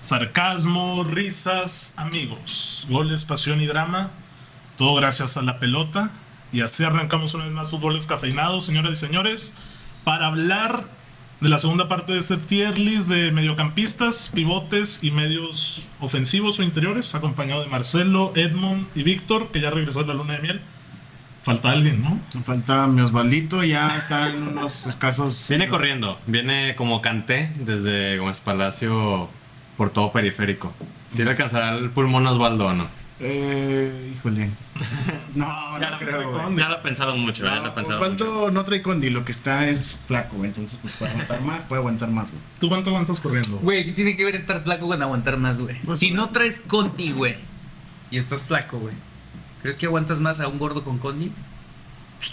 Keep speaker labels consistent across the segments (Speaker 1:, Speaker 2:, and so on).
Speaker 1: Sarcasmo, risas, amigos, goles, pasión y drama. Todo gracias a la pelota. Y así arrancamos una vez más fútboles cafeinados, señoras y señores, para hablar de la segunda parte de este tier list de mediocampistas, pivotes y medios ofensivos o interiores, acompañado de Marcelo, Edmond y Víctor, que ya regresó a la luna de miel. Falta alguien, ¿no?
Speaker 2: Falta mi Osvaldito, ya está en unos escasos.
Speaker 3: Viene corriendo, viene como canté desde Gómez Palacio por todo periférico. Si le alcanzará el pulmón a Osvaldo o no.
Speaker 2: Eh, híjole. No, no
Speaker 3: Ya la,
Speaker 2: creo. güey.
Speaker 3: ya la pensaron mucho, ya la
Speaker 2: No,
Speaker 3: pensaron mucho.
Speaker 2: Osvaldo no trae condi, lo que está es flaco, güey, entonces pues, puede aguantar más, puede aguantar más, güey.
Speaker 1: ¿Tú cuánto aguantas corriendo?
Speaker 4: Güey, ¿qué tiene que ver estar flaco con aguantar más, güey?
Speaker 2: Pues,
Speaker 4: si
Speaker 2: güey.
Speaker 4: no traes Condi, güey, y estás flaco, güey, ¿crees que aguantas más a un gordo con Condi?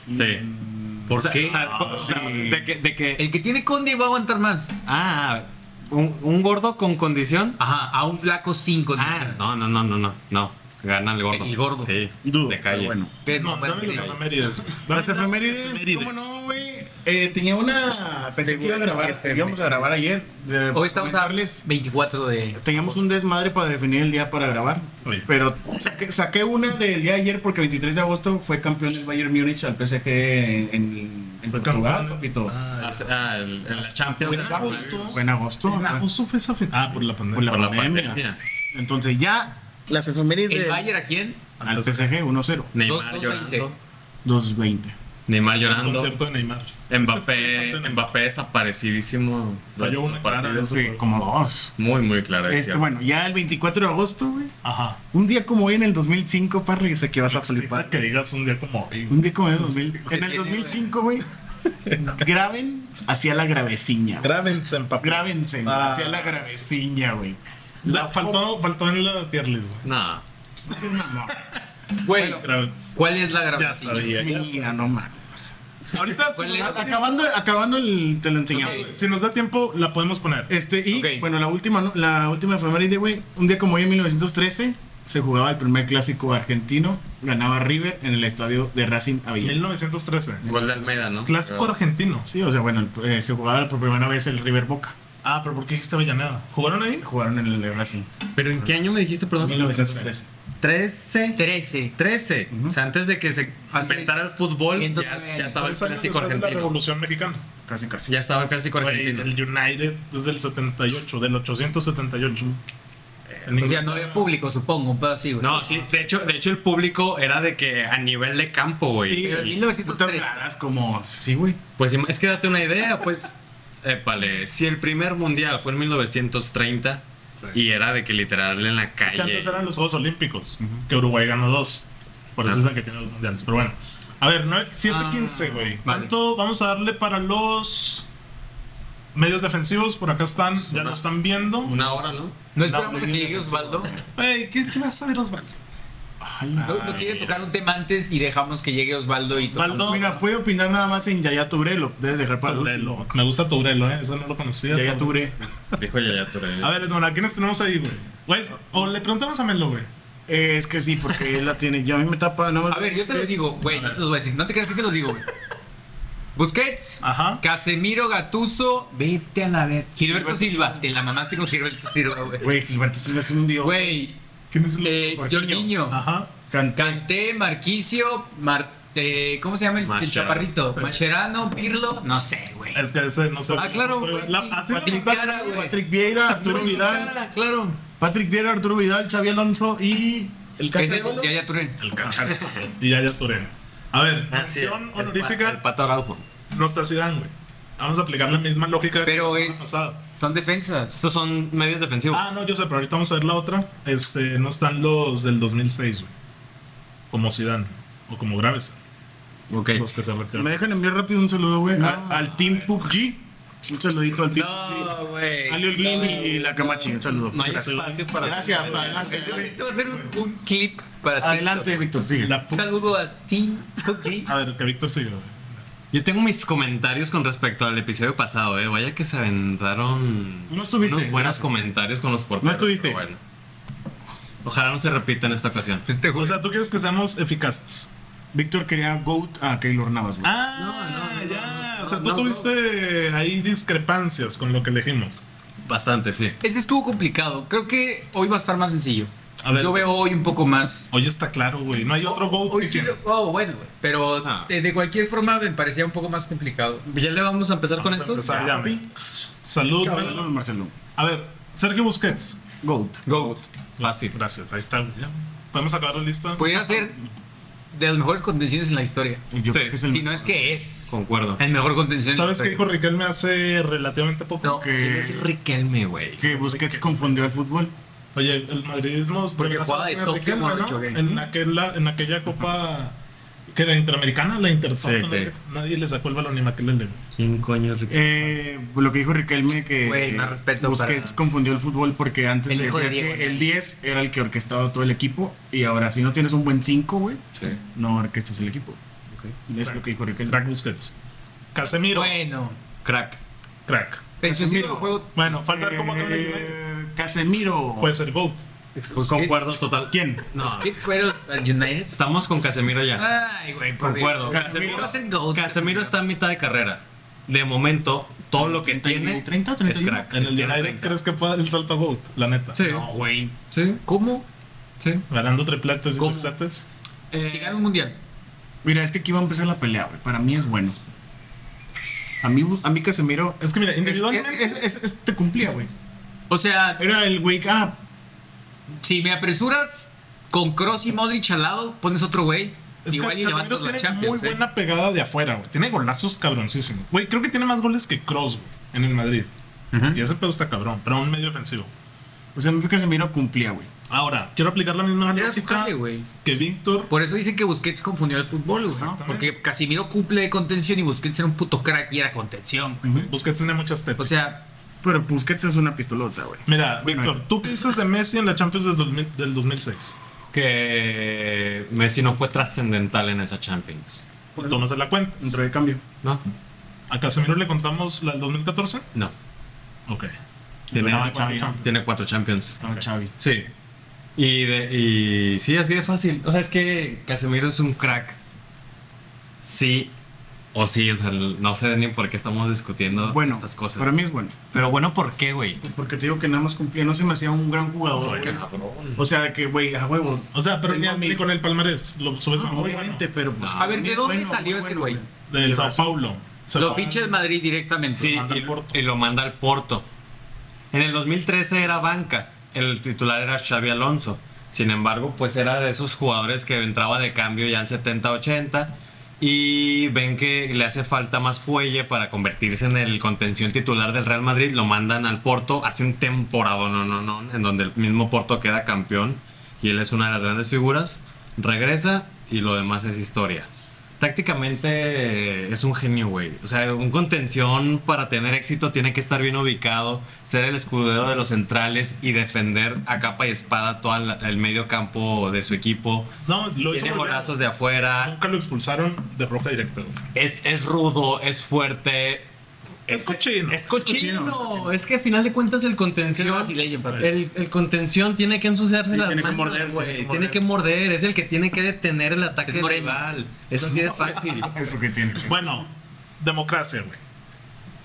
Speaker 3: Sí.
Speaker 2: Mm,
Speaker 3: ¿Por
Speaker 4: O sea,
Speaker 3: qué?
Speaker 4: o sea,
Speaker 3: O sea,
Speaker 2: sí.
Speaker 3: de que, de que-
Speaker 4: El que tiene Condi va a aguantar más.
Speaker 3: ah, un, un gordo con condición.
Speaker 4: Ajá, a un flaco sin
Speaker 3: Ah,
Speaker 4: condición.
Speaker 3: no, no, no, no, no, no. Gana el gordo.
Speaker 4: El gordo.
Speaker 3: Sí,
Speaker 2: Dudo,
Speaker 3: de calle.
Speaker 2: pero bueno.
Speaker 4: Pero,
Speaker 1: No,
Speaker 4: bueno,
Speaker 1: dame las
Speaker 4: mira,
Speaker 1: efemérides.
Speaker 2: Las efemérides, ¿cómo no, güey? Eh, tenía una... Pensé que iba a grabar, íbamos a grabar ayer. de
Speaker 4: Hoy estamos a
Speaker 2: comentarles.
Speaker 4: 24 de...
Speaker 2: Teníamos un desmadre para definir el día para grabar,
Speaker 1: Oye.
Speaker 2: pero saqué, saqué una del día de ayer porque 23 de agosto fue campeón el Bayern Múnich al PSG en, en- en
Speaker 1: Fue
Speaker 2: Portugal,
Speaker 1: campeón.
Speaker 2: papito.
Speaker 3: Ah, sí, ah, el, el
Speaker 2: Fue
Speaker 3: Champions.
Speaker 2: en
Speaker 3: ¿no?
Speaker 2: agosto. Fue en agosto.
Speaker 1: En agosto fue esa fecha. Ah, por la
Speaker 2: Por
Speaker 1: pandemia.
Speaker 2: la
Speaker 3: Por la
Speaker 2: pandemia.
Speaker 3: pandemia.
Speaker 2: Entonces ya las efemérides
Speaker 4: ¿El
Speaker 2: del-
Speaker 4: Bayern a quién?
Speaker 2: al PSG 1-0,
Speaker 3: Neymar
Speaker 4: Dos- dos
Speaker 3: llorando.
Speaker 4: veinte.
Speaker 2: 2-20.
Speaker 3: Neymar
Speaker 1: El
Speaker 3: llorando.
Speaker 1: concierto de Neymar. Ese fue
Speaker 3: Mbappé,
Speaker 1: el
Speaker 3: Mbappé desaparecidísimo.
Speaker 1: Falló una
Speaker 3: Los partidos.
Speaker 1: clara.
Speaker 2: Sí, como dos.
Speaker 3: Muy, muy claro.
Speaker 2: Este, bueno, ya el 24 de agosto, güey.
Speaker 1: Ajá.
Speaker 2: Un día como hoy en el 2005, Parry, yo sé que vas a flipar.
Speaker 1: Que digas un día como hoy.
Speaker 2: Un día como en el 2000. En el
Speaker 4: tiene,
Speaker 2: 2005, güey. Graben hacia la graveciña. güey.
Speaker 1: Grábense en papel.
Speaker 2: Grábense
Speaker 1: Ah.
Speaker 2: hacia la graveciña, güey.
Speaker 1: La- faltó, faltó en la tier list. güey.
Speaker 3: No.
Speaker 2: No seas mamón.
Speaker 4: Güey,
Speaker 1: Grábense.
Speaker 4: ¿cuál es la
Speaker 1: Ya
Speaker 4: grabación?
Speaker 1: sabía. ya sabía.
Speaker 2: Mira, no mames.
Speaker 1: Ahorita, si
Speaker 2: Pues
Speaker 4: ¿Cuál
Speaker 1: nos,
Speaker 4: es?
Speaker 1: da,
Speaker 2: Acabando, acabando el, te lo enseñamos.
Speaker 1: tiempo- si nos da tiempo, la podemos poner.
Speaker 2: Este, y
Speaker 4: Ok.
Speaker 2: bueno, la última, ¿no? la última efeméride, güey. Un día como hoy en 1913 se jugaba el primer clásico argentino. Ganaba River en el estadio de Racing Avellaneda.
Speaker 1: 1913.
Speaker 3: Igual de Almeida, ¿no?
Speaker 1: Clásico
Speaker 3: Pero-
Speaker 1: argentino.
Speaker 2: Sí, o sea, bueno, el- eh, se jugaba por primera vez el River Boca.
Speaker 1: Ah, pero ¿por qué dijiste Avellaneda? ¿Jugaron ahí?
Speaker 2: Jugaron en el de Racing.
Speaker 3: ¿Pero en qué año me dijiste, perdón?
Speaker 2: 1913.
Speaker 3: 13.
Speaker 4: 13.
Speaker 3: 13.
Speaker 2: Ujú.
Speaker 3: O sea, antes de que se
Speaker 4: Hace
Speaker 3: inventara el fútbol, ya,
Speaker 4: 109
Speaker 3: ya
Speaker 4: años.
Speaker 3: estaba el
Speaker 1: Tres años
Speaker 3: clásico
Speaker 1: después de la
Speaker 3: argentino.
Speaker 1: Revolución Mexicana.
Speaker 2: Casi, casi.
Speaker 3: Ya estaba el clásico
Speaker 1: Güey,
Speaker 3: argentino.
Speaker 1: el United desde el 78, del 878.
Speaker 4: Eh, O sea, no había público, supongo, un pedo así, güey.
Speaker 3: No, sí, de hecho, de hecho el público era de que a nivel de campo, güey.
Speaker 4: Sí, pero
Speaker 2: Putas
Speaker 4: 1903.
Speaker 2: gradas como. Sí, güey.
Speaker 3: Pues im- es que date una idea, pues. Épale, si el primer mundial fue en 1930 y era de que literal en la
Speaker 1: Es que
Speaker 3: calle.
Speaker 1: antes eran los Juegos Olímpicos, que Uruguay ganó dos. Por eso
Speaker 3: Ah.
Speaker 1: dicen que tiene dos mundiales. Pero bueno. A ver, no, 7-15,
Speaker 4: Ah,
Speaker 1: güey.
Speaker 4: vale.
Speaker 1: ¿Cuánto vamos a darle para los medios defensivos? Por acá están, ya
Speaker 3: Una-
Speaker 1: lo están viendo.
Speaker 3: Una hora, ¿no?
Speaker 4: No esperamos
Speaker 1: No,
Speaker 4: a que llegue Osvaldo.
Speaker 1: Ey, ¿qué, qué vas a ver, Osvaldo?
Speaker 2: Ay,
Speaker 1: Ah,
Speaker 4: No, no quiere
Speaker 1: mira.
Speaker 4: tocar un tema antes y dejamos que llegue Osvaldo y
Speaker 1: Osvaldo.
Speaker 4: tocamos.
Speaker 2: Mira, puede opinar nada más en Yaya Turelo. Debes dejar para el
Speaker 1: Tourelo.
Speaker 2: último.
Speaker 1: Me gusta Tourelo, ¿eh? Eso no lo conocía.
Speaker 2: Yaya Ture.
Speaker 3: Dijo Yaya Touré.
Speaker 1: A ver, Edmond, ¿a quiénes tenemos ahí, güey? Pues, o le preguntamos a Melo, güey.
Speaker 2: Eh, es que sí, porque él la tiene. Yo a mí me tapa. No me
Speaker 4: A ver, yo te los digo, güey, no te los voy a decir. No te creas que te los digo, güey. Busquets,
Speaker 1: Ajá.
Speaker 4: Casemiro Gatuso, Ah. vete a la ver. Gilberto Silva, te la mamaste con Gilberto Silva, güey.
Speaker 2: Güey, Gilberto Silva es un dios.
Speaker 4: Güey,
Speaker 1: ¿Quién es el
Speaker 4: eh,
Speaker 2: Jorginho.
Speaker 4: Jorginho,
Speaker 1: Ajá.
Speaker 2: Canté.
Speaker 4: Canté, Marquicio, Mar- eh, ¿cómo se llama el, el
Speaker 3: Mascherano.
Speaker 4: chaparrito? Macherano, Pirlo, no sé, güey.
Speaker 1: Es que ese no sé.
Speaker 4: Ah, claro, güey,
Speaker 1: La,
Speaker 4: sí.
Speaker 1: así
Speaker 4: Así
Speaker 1: la-
Speaker 4: cara, güey.
Speaker 2: Patrick Vieira, Arturo
Speaker 4: Sí,
Speaker 2: Vidal.
Speaker 4: cara, Claro.
Speaker 2: Patrick Vieira, Arturo Vidal, Xavi Alonso y. El
Speaker 4: Ese
Speaker 2: Canelo.
Speaker 4: ya, ya Turé.
Speaker 1: El cachar. y ya, ya Touré. A ver, mención honorífica.
Speaker 3: El pato Araujo.
Speaker 1: No está Zidane, güey. Vamos a aplicar la misma lógica que la
Speaker 4: Pero
Speaker 1: semana
Speaker 4: es.
Speaker 1: pasada.
Speaker 4: Son defensas.
Speaker 3: Estos son medios defensivos.
Speaker 1: Ah, no, yo sé, pero ahorita vamos a ver la otra. Este, no están los del 2006, güey. Como Zidane. O como Graves.
Speaker 3: ok.
Speaker 1: Los que se
Speaker 2: Me
Speaker 1: retiraron.
Speaker 2: dejan enviar rápido un saludo, güey.
Speaker 4: No.
Speaker 2: a- Al Team PUBG. Un saludito al Team.
Speaker 4: No, güey.
Speaker 2: PUBG. Al Holguín
Speaker 4: No,
Speaker 2: y la Camachi. Un saludo.
Speaker 3: No hay
Speaker 2: Gracias.
Speaker 3: espacio para.
Speaker 2: Gracias,
Speaker 4: Este
Speaker 2: adelante.
Speaker 4: va a ser un, un clip para ti.
Speaker 2: Adelante, Víctor, sigue.
Speaker 1: La
Speaker 4: Un
Speaker 1: pu-
Speaker 4: saludo a ti. ok.
Speaker 1: A ver, que Víctor sigue, güey.
Speaker 3: Yo tengo mis comentarios con respecto al episodio pasado, eh. Vaya que se aventaron.
Speaker 2: No estuviste.
Speaker 3: Unos
Speaker 2: Gracias.
Speaker 3: buenos comentarios con los porteros.
Speaker 2: No estuviste.
Speaker 3: pero bueno. Ojalá no se repita en esta ocasión.
Speaker 4: Este güey.
Speaker 1: O sea, tú quieres que seamos eficaces.
Speaker 2: Víctor quería GOAT a Keylor Navas, güey.
Speaker 1: Ah,
Speaker 3: No, no, no,
Speaker 1: ya.
Speaker 3: no,
Speaker 1: o sea,
Speaker 3: no,
Speaker 1: tú
Speaker 3: no.
Speaker 1: tuviste ahí discrepancias con lo que elegimos.
Speaker 3: Bastante, sí.
Speaker 4: Ese estuvo complicado. Creo que hoy va a estar más sencillo.
Speaker 1: A ver.
Speaker 4: Yo veo hoy un poco más.
Speaker 1: Hoy está claro, güey. No hay otro GOAT
Speaker 4: Hoy
Speaker 1: que
Speaker 4: sí
Speaker 1: quien-
Speaker 4: lo- oh, bueno, güey.
Speaker 5: Pero
Speaker 3: Ah.
Speaker 5: de, de cualquier forma me parecía un poco más complicado.
Speaker 3: ¿Ya le vamos a empezar
Speaker 1: Vamos a
Speaker 3: con esto?
Speaker 1: empezar ya, güey. Salud,
Speaker 2: Marcelo,
Speaker 1: güey.
Speaker 2: Marcelo.
Speaker 1: A ver, Sergio Busquets.
Speaker 2: Goat.
Speaker 4: Go.
Speaker 3: Fácil.
Speaker 1: Gracias, ahí está, güey. ya. ¿Podemos acabar la lista?
Speaker 4: Pudiera ser de las mejores contenciones en la historia.
Speaker 2: Yo
Speaker 3: Sí,
Speaker 2: creo que es el
Speaker 4: Si no es que es
Speaker 3: Concuerdo.
Speaker 4: el mejor contención.
Speaker 1: ¿Sabes qué, hijo Riquelme hace relativamente poco?
Speaker 4: No.
Speaker 2: que,
Speaker 3: ¿Quién es Riquelme, güey?
Speaker 2: que Busquets confundió el fútbol.
Speaker 1: Oye, el madridismo...
Speaker 4: Porque
Speaker 1: gracias
Speaker 4: jugaba de
Speaker 1: a
Speaker 4: toque,
Speaker 1: Riquelme,
Speaker 4: hemos
Speaker 1: ¿no?
Speaker 4: dicho, güey.
Speaker 1: en, aquella, en aquella copa que era interamericana, la Intertoto,
Speaker 3: Sí,
Speaker 1: ¿no?
Speaker 3: sí.
Speaker 1: nadie le sacó el balón ni Maquelele.
Speaker 3: ¿Quién coño es Riquelme?
Speaker 2: Eh, lo que dijo Riquelme que
Speaker 4: Güey, más
Speaker 2: que
Speaker 4: respeto
Speaker 2: Busquets
Speaker 4: para-
Speaker 2: confundió el fútbol porque antes
Speaker 4: El
Speaker 2: le
Speaker 4: hijo de
Speaker 2: decía
Speaker 4: Diego,
Speaker 2: que
Speaker 4: ¿no?
Speaker 2: el 10 era el que orquestaba todo el equipo y ahora si no tienes un buen 5, güey,
Speaker 3: Sí.
Speaker 2: no orquestas el equipo. Es lo que dijo Riquelme.
Speaker 1: Crack Busquets. Casemiro.
Speaker 4: Bueno.
Speaker 3: Crack.
Speaker 1: Crack.
Speaker 4: El su estilo de juego.
Speaker 1: Bueno, falta como que
Speaker 2: Eh, Casemiro.
Speaker 1: puede ser GOAT.
Speaker 3: Concuerdo total.
Speaker 2: ¿Quién?
Speaker 3: No.
Speaker 4: Kids Pues, fueron al United.
Speaker 3: Estamos con Casemiro ya.
Speaker 4: Ay, güey, por
Speaker 3: Concuerdo.
Speaker 4: Dios.
Speaker 2: Casemiro-
Speaker 4: ¿Cómo va a ser GOAT?
Speaker 3: Casemiro está a mitad de carrera. De momento, todo lo que
Speaker 2: 30,
Speaker 3: tiene
Speaker 2: 30,
Speaker 3: es
Speaker 2: 31.
Speaker 3: crack.
Speaker 1: En el
Speaker 3: Tiene
Speaker 1: United
Speaker 3: 30.
Speaker 1: crees que puede dar el salto a GOAT, la neta.
Speaker 3: Sí,
Speaker 4: No, güey.
Speaker 3: sí,
Speaker 4: ¿Cómo?
Speaker 3: sí.
Speaker 1: Ganando tripletes y
Speaker 4: ¿Cómo?
Speaker 1: sextetes.
Speaker 4: Si gana un mundial.
Speaker 2: Mira, es que aquí va a empezar la pelea, güey. Para mí es bueno. A mí, Bus- a mí Casemiro
Speaker 1: Es que mira, individualmente...
Speaker 2: es- es- es- es- te cumplía, güey.
Speaker 4: O sea,
Speaker 2: Era el wake up.
Speaker 4: si me apresuras con Cross y Modric al lado, pones otro güey.
Speaker 1: Es
Speaker 4: Igual
Speaker 1: que
Speaker 4: y
Speaker 1: Casemiro
Speaker 4: levantas la
Speaker 1: tiene
Speaker 4: Champions.
Speaker 1: muy
Speaker 4: eh.
Speaker 1: buena pegada de afuera, güey. Tiene golazos cabroncísimos. Güey, creo que tiene más goles que Cross, güey, en el Madrid. Y ese pedo está cabrón, pero un medio ofensivo.
Speaker 2: O sea, a mí Casemiro cumplía, güey.
Speaker 1: Ahora, quiero aplicar la misma
Speaker 4: Era su
Speaker 1: lógica
Speaker 4: jale, güey.
Speaker 1: que Víctor.
Speaker 4: Por eso dicen que Busquets confundió el fútbol, güey. ¿no?
Speaker 1: Exactamente.
Speaker 4: Porque Casimiro cumple de contención y Busquets era un puto crack y era contención. güey.
Speaker 1: Busquets tiene muchas tetas.
Speaker 4: O sea,
Speaker 2: Pero Busquets es una pistolota, güey.
Speaker 1: mira,
Speaker 2: bueno,
Speaker 4: eh.
Speaker 1: Víctor, ¿tú qué dices de Messi en la Champions del, 2000 del 2006?
Speaker 3: Que Messi no fue trascendental en esa Champions.
Speaker 1: Tomas la cuenta.
Speaker 2: Entró de cambio.
Speaker 3: No,
Speaker 1: ¿A Casemiro le contamos la del 2014?
Speaker 3: no.
Speaker 1: Ok.
Speaker 3: Tiene,
Speaker 2: Estaba Xavi, ¿no?
Speaker 3: tiene cuatro Champions.
Speaker 2: Estaba Xavi.
Speaker 3: Sí. Y, de, y sí, así de fácil. O sea, es que Casemiro es un crack. Sí. O sí, o sea, no sé ni por qué estamos discutiendo
Speaker 2: Bueno,
Speaker 3: estas cosas.
Speaker 2: para mí es bueno.
Speaker 3: Pero bueno, ¿por qué, güey?
Speaker 2: Pues Porque te digo que nada más cumplía. No se me hacía un gran jugador, güey.
Speaker 4: Ah,
Speaker 3: Cabrón.
Speaker 2: O sea, de que, güey, a huevo.
Speaker 1: O sea, pero
Speaker 2: Tengo
Speaker 1: ni,
Speaker 2: a mi-
Speaker 1: ni con el Palmarés. Lo subes
Speaker 2: No,
Speaker 1: muy
Speaker 2: obviamente,
Speaker 1: bueno.
Speaker 2: pero pues.
Speaker 3: No.
Speaker 4: a ver,
Speaker 2: mí
Speaker 4: ¿de
Speaker 2: es
Speaker 4: dónde
Speaker 2: bueno,
Speaker 4: salió
Speaker 2: muy
Speaker 4: ese
Speaker 2: bueno,
Speaker 4: güey?
Speaker 1: Del Sao Paulo. Se
Speaker 4: Lo
Speaker 1: va-
Speaker 4: ficha el Madrid directamente.
Speaker 3: Sí,
Speaker 1: manda al
Speaker 3: y,
Speaker 1: Porto.
Speaker 3: y lo manda al Porto. En el 2013 era banca. El titular era Xavi Alonso. Sin embargo, pues era de esos jugadores que entraba de cambio ya al 70-80 y ven que le hace falta más fuelle para convertirse en el contención titular del Real Madrid. Lo mandan al Porto, hace un temporada, no, no, no, en donde el mismo Porto queda campeón y él es una de las grandes figuras. Regresa y lo demás es historia. Tácticamente eh, es un genio, güey. O sea, un contención para tener éxito tiene que estar bien ubicado, ser el escudero de los centrales y defender a capa y espada todo el, el medio campo de su equipo.
Speaker 1: No, lo hizo muy
Speaker 3: Tiene
Speaker 1: bien.
Speaker 3: golazos de afuera.
Speaker 1: Nunca lo expulsaron de roja directa. güey.
Speaker 3: Es, es rudo, es fuerte.
Speaker 1: Es cochino.
Speaker 3: Es
Speaker 2: Es cochino, es
Speaker 3: cochino.
Speaker 2: cochino.
Speaker 3: Es que al final de cuentas el
Speaker 4: Sí,
Speaker 3: contención...
Speaker 4: brasileño, para-
Speaker 3: El, el contención tiene que ensuciarse
Speaker 2: Sí,
Speaker 3: las
Speaker 2: tiene que
Speaker 3: manos,
Speaker 2: morder,
Speaker 3: güey.
Speaker 2: tiene que
Speaker 3: Tiene
Speaker 2: morder.
Speaker 3: que morder. Es el que tiene que detener el ataque
Speaker 4: Es
Speaker 3: del
Speaker 4: moreno.
Speaker 3: rival. Eso sí es fácil.
Speaker 2: Eso que tiene.
Speaker 1: Bueno, democracia, güey.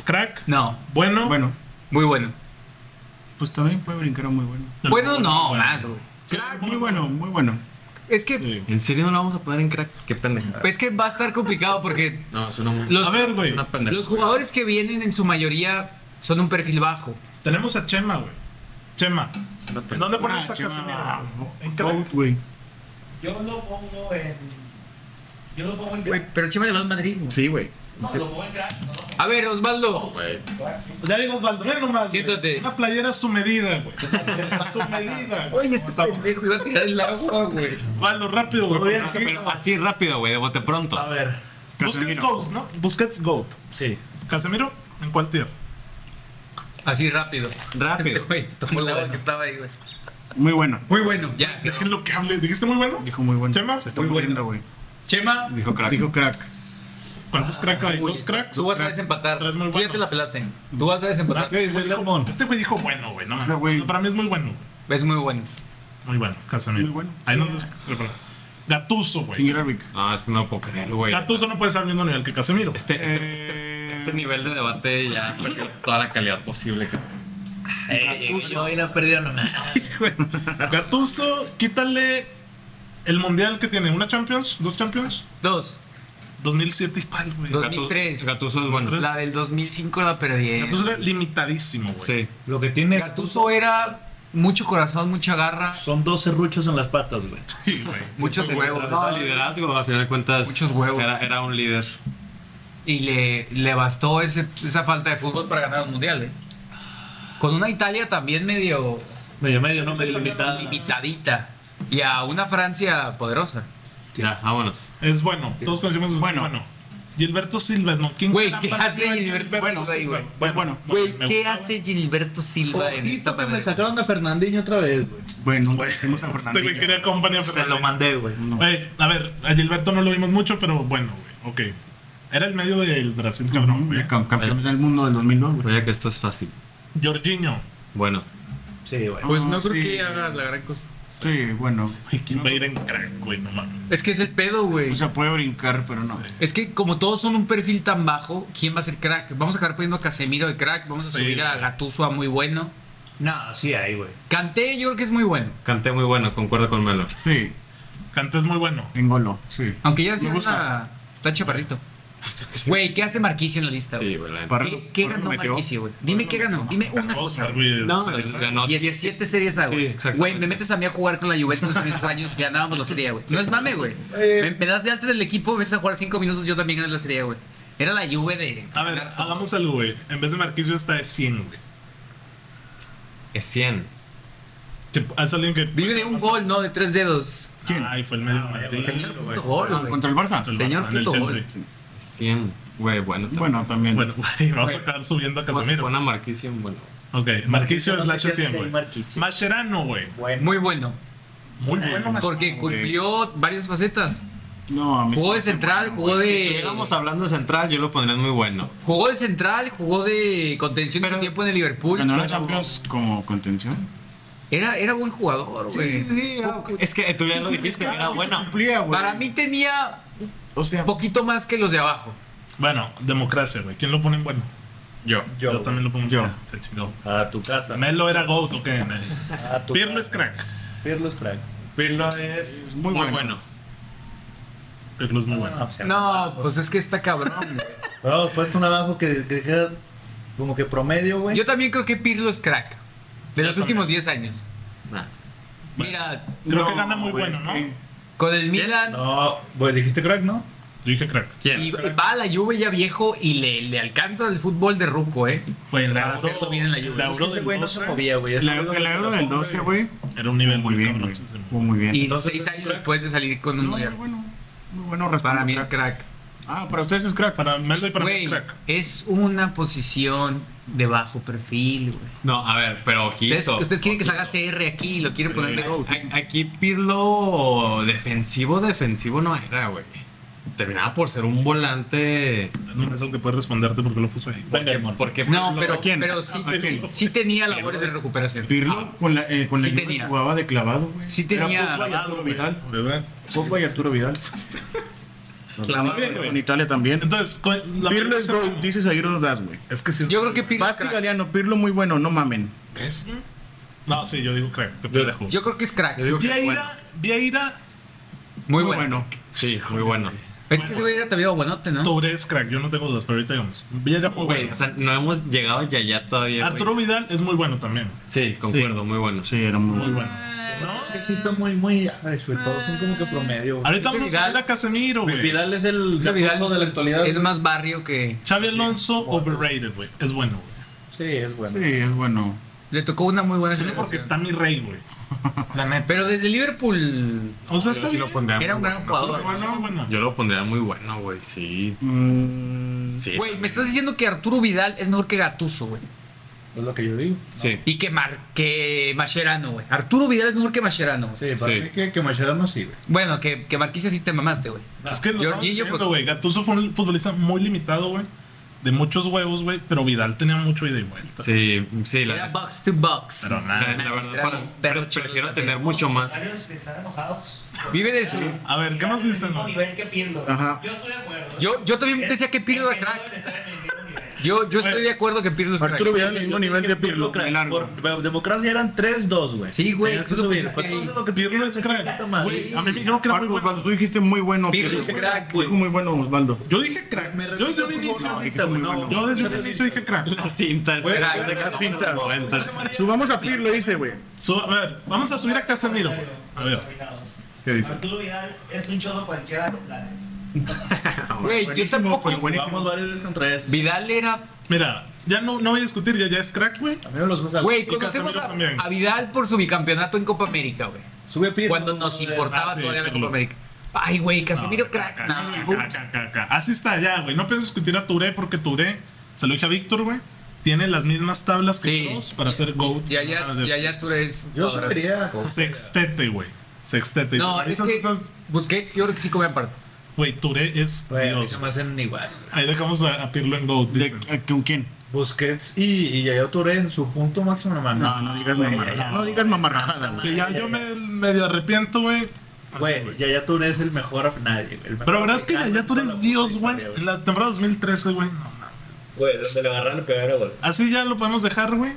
Speaker 1: Crack.
Speaker 4: No,
Speaker 1: Bueno.
Speaker 2: Bueno,
Speaker 4: muy bueno.
Speaker 2: pues también puede brincar a muy bueno.
Speaker 4: Bueno, no, más, güey.
Speaker 1: Crack,
Speaker 2: Muy bueno, muy bueno.
Speaker 4: Es que,
Speaker 1: Sí.
Speaker 3: ¿En serio no lo vamos a poner en crack? Pues Qué pendeja.
Speaker 4: es que va a estar complicado porque
Speaker 3: No, es una
Speaker 4: Los-
Speaker 1: A ver,
Speaker 3: es
Speaker 1: güey.
Speaker 3: una pendeja.
Speaker 4: los jugadores que vienen en su mayoría son un perfil bajo.
Speaker 1: Tenemos a Chema, güey. Chema.
Speaker 3: Es una
Speaker 1: ¿En
Speaker 3: pendeja.
Speaker 1: dónde pones
Speaker 2: Ah,
Speaker 1: a
Speaker 2: Chema,
Speaker 1: Casemiro? güey? En
Speaker 2: Goat,
Speaker 1: crack.
Speaker 2: güey.
Speaker 6: Yo lo pongo en. Yo lo pongo en
Speaker 4: Güey,
Speaker 6: crack.
Speaker 4: pero Chema le va al Madrid. güey.
Speaker 2: Sí, güey.
Speaker 6: No, lo pongo en crack. No, lo pongo
Speaker 4: A ver, Osvaldo.
Speaker 1: Ya digo Osvaldo, ve nomás. güey.
Speaker 4: Siéntate.
Speaker 1: Una playera a su medida, güey. A su medida. güey.
Speaker 4: Oye, este pendejo iba a tirar el agua, güey.
Speaker 1: Osvaldo, rápido, güey.
Speaker 3: Ah, pero así rápido, güey, de bote pronto.
Speaker 6: A ver.
Speaker 1: Busquets
Speaker 2: Casemiro.
Speaker 1: Goat, ¿no? Busquets Goat.
Speaker 6: Sí.
Speaker 1: Casemiro, ¿en cuál tier?
Speaker 4: Así rápido.
Speaker 3: Rápido.
Speaker 4: Güey, tomó el agua que estaba ahí, güey.
Speaker 2: Muy bueno.
Speaker 4: Muy bueno, ya.
Speaker 1: Déjenlo que hable. ¿Dijiste muy bueno?
Speaker 2: Dijo muy bueno.
Speaker 1: Chema,
Speaker 2: se está
Speaker 1: muy
Speaker 2: muriendo, güey.
Speaker 4: Chema,
Speaker 3: Dijo crack.
Speaker 2: Dijo crack.
Speaker 1: ¿Cuántos crack hay?
Speaker 4: Uy,
Speaker 1: ¿Dos cracks?
Speaker 4: Tú vas a desempatar.
Speaker 1: Tres
Speaker 4: Tú
Speaker 1: muy
Speaker 4: ya te la
Speaker 1: buenos.
Speaker 4: pelaste. Tú vas a desempatar.
Speaker 1: Este güey dijo- Este güey dijo bueno, güey. No,
Speaker 2: O sea, güey.
Speaker 1: mames. Para mí es muy bueno. güey.
Speaker 4: Es muy bueno.
Speaker 1: Muy bueno, Casemiro.
Speaker 2: Muy bueno.
Speaker 1: Ahí nos des- Gatuso, güey.
Speaker 2: Singer Arbic.
Speaker 3: No, es que no puedo creer, güey.
Speaker 1: Gatuso no puede estar al mismo nivel que Casemiro.
Speaker 2: este,
Speaker 3: Este, este, este nivel de debate ya perdió toda la calidad posible. cabrón.
Speaker 5: Gattuso. Hoy la perdieron nomás.
Speaker 2: este.
Speaker 1: Eh, Gattuso, quítale el mundial que tiene. ¿Una Champions? ¿Dos Champions?
Speaker 4: Dos.
Speaker 1: 2007 y cuál, güey.
Speaker 4: Dos.
Speaker 1: Gattuso
Speaker 4: 2003.
Speaker 3: Gatuso Este es bueno.
Speaker 4: La del 2005 la perdí.
Speaker 1: era limitadísimo, güey.
Speaker 3: Sí.
Speaker 7: Lo que tiene
Speaker 4: Gatuso era mucho corazón, mucha garra,
Speaker 7: son dos serruchos en las patas, güey.
Speaker 4: muchos
Speaker 7: se le
Speaker 4: huevos.
Speaker 7: atravesaba
Speaker 4: No,
Speaker 3: liderazgo, a final de cuentas.
Speaker 4: Muchos huevos.
Speaker 3: Era, era un líder.
Speaker 4: Y le, le bastó ese- esa falta de fútbol para ganar el mundial, ¿eh? Con una Italia también medio
Speaker 7: Medio medio, no medio limitada.
Speaker 4: limitadita. Y a una Francia poderosa.
Speaker 3: Ya, vámonos.
Speaker 1: Es bueno. Todos conocemos es
Speaker 2: Bueno.
Speaker 1: bueno. Gilberto Silva es no. ¿Quién
Speaker 4: Güey,
Speaker 1: caramba
Speaker 4: ¿qué
Speaker 1: iba a
Speaker 4: hace
Speaker 1: decir
Speaker 4: Gilberto Silva ahí, güey?
Speaker 2: Pues bueno,
Speaker 1: Bueno, me Este gustaba.
Speaker 4: Gilberto Silva
Speaker 7: Ojito que me sacaron a Fernandinho otra vez, güey.
Speaker 2: bueno, tenemos
Speaker 1: Este
Speaker 2: a
Speaker 1: güey
Speaker 2: Fernandinho.
Speaker 1: quería compañía
Speaker 7: Me lo mandé, güey.
Speaker 1: Güey, a ver, a Gilberto no lo vimos mucho, pero bueno, güey. Ok. Era el medio del Brasil, cabrón, güey.
Speaker 2: Ujú, cam- Campeón del mundo del 2002, güey.
Speaker 3: Oye, que esto es fácil.
Speaker 1: Jorginho.
Speaker 3: Bueno,
Speaker 7: Sí, güey.
Speaker 4: Pues no
Speaker 2: Ah,
Speaker 4: creo
Speaker 2: sí.
Speaker 4: que haga la gran cosa.
Speaker 2: Sí, bueno.
Speaker 1: Güey, ¿quién va a ir en crack, güey? No mames.
Speaker 4: Es que es el pedo, güey.
Speaker 2: O sea, puede brincar, pero no.
Speaker 4: es que como todos son un perfil tan bajo, ¿quién va a ser crack? Vamos a acabar poniendo a Casemiro de crack, vamos a
Speaker 1: Sí.
Speaker 4: subir a Gatuso a muy bueno.
Speaker 7: No, sí hay, güey.
Speaker 4: Canté, yo creo que es muy bueno.
Speaker 3: canté muy bueno, concuerdo con Melo.
Speaker 2: Sí,
Speaker 1: Kanté es muy bueno. Ah,
Speaker 2: en golo. Sí.
Speaker 4: Aunque ya
Speaker 2: Me
Speaker 4: sea
Speaker 2: gusta.
Speaker 4: una- Está chaparrito. Güey, ¿qué hace Marquicio en la lista, güey?
Speaker 3: Sí, güey, la neta.
Speaker 2: Pardo-
Speaker 4: ¿Qué, qué
Speaker 2: Pardo
Speaker 4: ganó
Speaker 2: metió.
Speaker 4: Marquicio, güey? Dime qué ganó, dime una cosa. güey.
Speaker 1: güey.
Speaker 3: No,
Speaker 1: Se-
Speaker 3: ganó
Speaker 4: 17 series A,
Speaker 3: Sí,
Speaker 4: güey.
Speaker 3: exactamente.
Speaker 4: Güey, me metes a mí a jugar con la Juventus en esos años, ganábamos la serie, A, güey. No es mame, güey. Me, me das de alta del equipo, me metes a jugar 5 minutos, yo también gané la serie, A, güey. Era la Juve de...
Speaker 1: A ver, hagamos algo, güey. En vez de Marquisio está de 100, güey.
Speaker 3: Es 100.
Speaker 1: Que es alguien que. pues,
Speaker 4: Vive de un gol, ¿no? De tres dedos.
Speaker 2: ¿Quién?
Speaker 1: Ay, fue el medio de Madrid.
Speaker 4: Señor
Speaker 1: Ah, güey.
Speaker 4: puto gol,
Speaker 2: Ah,
Speaker 4: güey.
Speaker 2: Contra el Barça.
Speaker 1: Contra el
Speaker 4: Señor
Speaker 1: Barça, en el
Speaker 4: puto gol.
Speaker 1: Chelsea.
Speaker 3: Es 100. Güey, bueno. también.
Speaker 2: Bueno, también.
Speaker 1: Bueno, güey, vamos a acabar subiendo a
Speaker 3: Pon-
Speaker 1: Casemiro.
Speaker 3: Pon a Marquicio, bueno.
Speaker 1: Ok, Marquisio slash 100, güey.
Speaker 7: Marquisio.
Speaker 1: Mascherano, güey.
Speaker 7: Bueno.
Speaker 4: Muy bueno.
Speaker 1: Muy bueno, Mascherano.
Speaker 4: Porque cumplió varias facetas.
Speaker 2: No, a mí
Speaker 4: Jugó
Speaker 2: sí.
Speaker 4: de central, jugó
Speaker 3: Si
Speaker 4: de...
Speaker 3: estuviéramos hablando de central, yo lo pondría en muy bueno.
Speaker 4: Jugó de central, jugó de contención en su
Speaker 3: Pero-
Speaker 4: tiempo en el Liverpool.
Speaker 2: Ganó la Champions como contención.
Speaker 4: Era, era buen jugador, güey.
Speaker 3: Es que tú ya lo dijiste, era bueno.
Speaker 2: Cumplía, güey.
Speaker 4: Para mí tenía
Speaker 2: O sea,
Speaker 4: un poquito más que los de abajo.
Speaker 1: Bueno, democracia, güey. ¿Quién lo pone en bueno?
Speaker 3: Yo.
Speaker 1: Yo, también lo pongo en
Speaker 2: Yo.
Speaker 1: bueno. Se chingó.
Speaker 7: A tu casa.
Speaker 1: Melo era GOAT, ok. Melo.
Speaker 7: A tu
Speaker 1: Pirlo es
Speaker 7: casa.
Speaker 1: crack.
Speaker 7: Pirlo es crack. Pirlo es...
Speaker 2: es muy,
Speaker 3: Muy
Speaker 2: bueno.
Speaker 3: bueno.
Speaker 1: Pirlo es muy bueno.
Speaker 7: o sea,
Speaker 4: No, pues es que está cabrón, güey.
Speaker 7: No, puesto un abajo que, que queda como que promedio, güey.
Speaker 4: Yo también creo que Pirlo es crack. De
Speaker 1: Yo
Speaker 4: los
Speaker 1: también.
Speaker 4: últimos 10 años.
Speaker 3: Nah.
Speaker 4: Mira,
Speaker 1: Creo
Speaker 2: No,
Speaker 1: que gana muy
Speaker 2: güey,
Speaker 1: bueno,
Speaker 2: es
Speaker 1: ¿no?
Speaker 2: que-
Speaker 4: con el Milan
Speaker 7: No, güey, dijiste crack, ¿no?
Speaker 1: Yo dije crack.
Speaker 3: ¿Quién?
Speaker 4: y, y va a la Juve ya viejo y le, le alcanza el fútbol de ruco, ¿eh?
Speaker 1: Güey, la
Speaker 4: Para hacerlo bien en la Juve.
Speaker 1: la Euro
Speaker 7: Es que ese
Speaker 1: del
Speaker 7: güey no
Speaker 1: 12
Speaker 7: se movía, güey. Ese
Speaker 2: La,
Speaker 7: güey no
Speaker 2: la
Speaker 7: se
Speaker 2: Euro
Speaker 7: la
Speaker 2: del
Speaker 7: pongo,
Speaker 2: 12,
Speaker 7: güey.
Speaker 2: güey.
Speaker 1: Era un nivel
Speaker 2: Muy bien, güey.
Speaker 1: sí, sí.
Speaker 2: Fue muy bien.
Speaker 4: Y
Speaker 7: Entonces,
Speaker 4: 6
Speaker 7: ¿es
Speaker 4: años
Speaker 7: crack?
Speaker 4: después de salir con un
Speaker 2: No, muy
Speaker 4: mundial.
Speaker 2: bueno. Muy bueno respeto.
Speaker 4: Para mí es crack.
Speaker 2: Ah, para ustedes es crack.
Speaker 1: Para Melo y para mí
Speaker 4: Güey,
Speaker 1: es crack.
Speaker 4: es una posición de bajo perfil, güey.
Speaker 3: No, a ver, pero ojito.
Speaker 4: Ustedes, ustedes quieren que salga CR aquí y lo quieren poner de go.
Speaker 3: A- Aquí Pirlo defensivo, defensivo no era, güey. Terminaba por ser un volante.
Speaker 1: No es el que puede responderte porque lo puso ahí.
Speaker 7: Venga,
Speaker 3: ¿Por
Speaker 7: hermano.
Speaker 3: porque
Speaker 4: No,
Speaker 3: Pirlo-
Speaker 4: pero,
Speaker 2: quién?
Speaker 4: pero sí,
Speaker 2: ¿A quién?
Speaker 4: sí tenía labores de recuperación.
Speaker 2: Pirlo con la, eh, con la
Speaker 4: Ah. Sí
Speaker 2: Juve
Speaker 4: tenía.
Speaker 2: jugaba de clavado, güey.
Speaker 4: Sí tenía-
Speaker 2: Era Pogba y
Speaker 1: Clavado,
Speaker 2: Arturo
Speaker 1: güey,
Speaker 2: Vidal.
Speaker 1: ¿verdad?
Speaker 2: Pogba y Arturo Vidal.
Speaker 4: Clavado,
Speaker 1: Bien, güey.
Speaker 2: En Italia también.
Speaker 1: Entonces, con la
Speaker 2: Pirlo es gol, dices ahí no das, güey.
Speaker 1: Es que sí. es
Speaker 4: Yo
Speaker 1: gol,
Speaker 4: creo que Pirlo es
Speaker 2: Basti
Speaker 4: crack.
Speaker 2: Galeano, Pirlo muy bueno, no mamen.
Speaker 1: güey. ¿Ves? No, sí, yo digo crack. Te pendejo.
Speaker 4: Yo creo que es crack.
Speaker 3: Yo digo que bueno.
Speaker 1: Vieira, Vieira,
Speaker 4: Muy bueno.
Speaker 3: Sí, muy bueno.
Speaker 4: Es que ese güey era también buenote, ¿no?
Speaker 1: Touré es crack. Yo no tengo dudas, pero ahorita digamos. Vieira, muy
Speaker 3: Güey,
Speaker 1: bueno.
Speaker 3: o sea, no hemos llegado ya allá todavía. güey.
Speaker 1: Arturo Vidal es muy bueno también.
Speaker 3: Sí, concuerdo, muy bueno.
Speaker 2: Sí, era muy
Speaker 1: Muy
Speaker 2: bueno.
Speaker 1: bueno. ¿No?
Speaker 7: Es que sí está muy, muy... Ay, güey, todos son como que promedio. güey.
Speaker 1: Ahorita vamos a
Speaker 4: Vidal-
Speaker 1: ver a Casemiro, güey.
Speaker 7: Vidal es el
Speaker 4: Ese Vidal
Speaker 7: Gattuso
Speaker 4: es-
Speaker 7: de la actualidad.
Speaker 4: Es más barrio que.
Speaker 1: Xavi Alonso, overrated, güey. Es bueno, güey.
Speaker 7: Sí, es bueno.
Speaker 2: Sí, es bueno.
Speaker 4: Le tocó una muy buena
Speaker 1: Es porque
Speaker 4: selección.
Speaker 1: está mi rey, güey.
Speaker 4: Pero desde Liverpool
Speaker 1: O sea, está
Speaker 3: Yo sí lo
Speaker 1: bien.
Speaker 3: pondría
Speaker 4: era un
Speaker 3: muy
Speaker 4: gran
Speaker 3: bueno.
Speaker 4: jugador.
Speaker 1: Bueno, bueno.
Speaker 3: Yo lo pondría muy bueno, güey, sí.
Speaker 2: Mm,
Speaker 3: Sí.
Speaker 4: Güey, me estás diciendo que Arturo Vidal es mejor que Gatuso, güey.
Speaker 7: Es lo que yo digo.
Speaker 3: Sí.
Speaker 4: Y que, Mar que Mascherano, güey. Arturo Vidal es mejor que Mascherano. güey.
Speaker 7: Sí, para
Speaker 3: Sí.
Speaker 7: mí que, que Mascherano sí, güey.
Speaker 4: Bueno, que, que Marquise sí te mamaste, güey.
Speaker 1: Es que lo estamos
Speaker 4: Jorginho,
Speaker 1: diciendo,
Speaker 4: pues-
Speaker 1: güey. Gattuso fue un futbolista muy limitado, güey. De muchos huevos, güey. Pero Vidal tenía mucho ida y vuelta.
Speaker 3: Sí, sí,
Speaker 4: Era
Speaker 3: la,
Speaker 4: box to box.
Speaker 1: Pero
Speaker 3: la-
Speaker 1: nada.
Speaker 3: la verdad,
Speaker 4: Era
Speaker 3: para-
Speaker 4: un perro
Speaker 3: pre- prefiero
Speaker 4: chilote.
Speaker 3: tener mucho más.
Speaker 6: Varios que están enojados.
Speaker 4: Vive de su.
Speaker 1: A ver, ¿qué más
Speaker 6: Están en el
Speaker 1: dicen?
Speaker 6: mismo nivel que Pirlo.
Speaker 2: Ajá.
Speaker 6: Yo estoy de acuerdo.
Speaker 4: Yo, yo también
Speaker 6: Es-
Speaker 4: decía que Pirlo
Speaker 6: es
Speaker 4: era
Speaker 6: no
Speaker 4: crack.
Speaker 6: deben estar en el mismo nivel.
Speaker 4: Yo, yo estoy de acuerdo que Pirlo es crack.
Speaker 2: Arturo Vidal, el mismo nivel de Pirlo.
Speaker 7: Por-
Speaker 2: me largo.
Speaker 7: Por democracia eran 3-2, güey.
Speaker 4: Sí, güey,
Speaker 7: Tenías que
Speaker 4: tú lo
Speaker 7: subir.
Speaker 4: pusiste
Speaker 7: Entonces,
Speaker 4: ahí.
Speaker 7: lo que tú
Speaker 1: Pirlo
Speaker 7: quieras,
Speaker 1: es crack.
Speaker 7: puta madre.
Speaker 1: Güey, a mí me dijeron que era muy
Speaker 2: Marco,
Speaker 1: bueno.
Speaker 2: Osvaldo, tú dijiste muy bueno.
Speaker 4: Pirlo
Speaker 2: Pirlo.
Speaker 4: es crack,
Speaker 2: Dijo muy bueno, Osvaldo.
Speaker 1: Yo dije crack.
Speaker 7: Me
Speaker 1: Yo desde un
Speaker 7: regresó
Speaker 1: inicio.
Speaker 7: como-
Speaker 2: No, dijiste muy
Speaker 7: no,
Speaker 2: bueno.
Speaker 1: Yo desde un inicio dije crack.
Speaker 3: La cinta este, es
Speaker 7: Güey,
Speaker 3: crack.
Speaker 7: la
Speaker 3: de
Speaker 7: cinta.
Speaker 3: los 90.
Speaker 2: Subamos a Pirlo, dice, güey.
Speaker 1: Su- a ver, vamos a subir a Casemiro. güey. A ver.
Speaker 6: Combinados.
Speaker 3: ¿Qué dice?
Speaker 6: Arturo Vidal es un cholo cualquiera del planeta.
Speaker 4: Güey, yo
Speaker 2: Buenísimo,
Speaker 4: tampoco.
Speaker 2: güey, buenísimo.
Speaker 7: Vamos varias veces contra eso.
Speaker 4: Vidal era.
Speaker 1: Mira, ya no, no voy a discutir, ya, ya es crack, güey.
Speaker 7: A mí me los usa.
Speaker 4: Güey,
Speaker 1: Y
Speaker 4: conocemos
Speaker 1: Casemiro
Speaker 4: a,
Speaker 1: también.
Speaker 4: a Vidal por su bicampeonato en Copa América, güey.
Speaker 7: Sube Pirlo.
Speaker 4: Cuando nos importaba
Speaker 1: ah, sí,
Speaker 4: todavía la
Speaker 1: Pirlo.
Speaker 4: Copa América. Ay, güey, Casemiro
Speaker 1: No,
Speaker 4: crack.
Speaker 1: crack,
Speaker 4: No,
Speaker 1: crack, crack, crack, crack, crack. Así está ya, güey. No pienso discutir a Touré porque Touré, se lo dije a Víctor, güey, tiene las mismas tablas que
Speaker 4: Sí.
Speaker 1: todos para ser GOAT.
Speaker 4: Ya, ya, ya, ya, tú eres.
Speaker 7: Yo subiría.
Speaker 1: Sextete, güey. Sextete. Y si
Speaker 4: No, es
Speaker 1: revisas
Speaker 4: que
Speaker 1: esas-
Speaker 4: Busquets, yo creo que sí come aparte.
Speaker 1: Güey, Touré es
Speaker 7: Bueno,
Speaker 1: Dios.
Speaker 7: se me hacen igual.
Speaker 1: Ahí dejamos a, a Pirlo en GOAT,
Speaker 2: De-
Speaker 1: dicen.
Speaker 2: eh, ¿Con quién?
Speaker 7: Busquets y, y Yaya Touré en su punto máximo, no mames.
Speaker 2: No, no digas
Speaker 7: Güey,
Speaker 2: mamarrajadas.
Speaker 7: Yaya-
Speaker 2: No digas mamarrajadas.
Speaker 1: Sí, ya, yo me medio arrepiento, güey. Así,
Speaker 7: Güey, Yaya Touré es el mejor af- nadie, güey. el mejor
Speaker 1: Pero verdad que ya,
Speaker 7: africano
Speaker 1: ya tú
Speaker 7: en toda
Speaker 1: eres
Speaker 7: la
Speaker 1: Dios,
Speaker 7: historia,
Speaker 1: güey. En la temporada 2013, güey. no, no.
Speaker 7: Güey, donde le agarraron el primero, güey.
Speaker 1: Así ya lo podemos dejar, güey.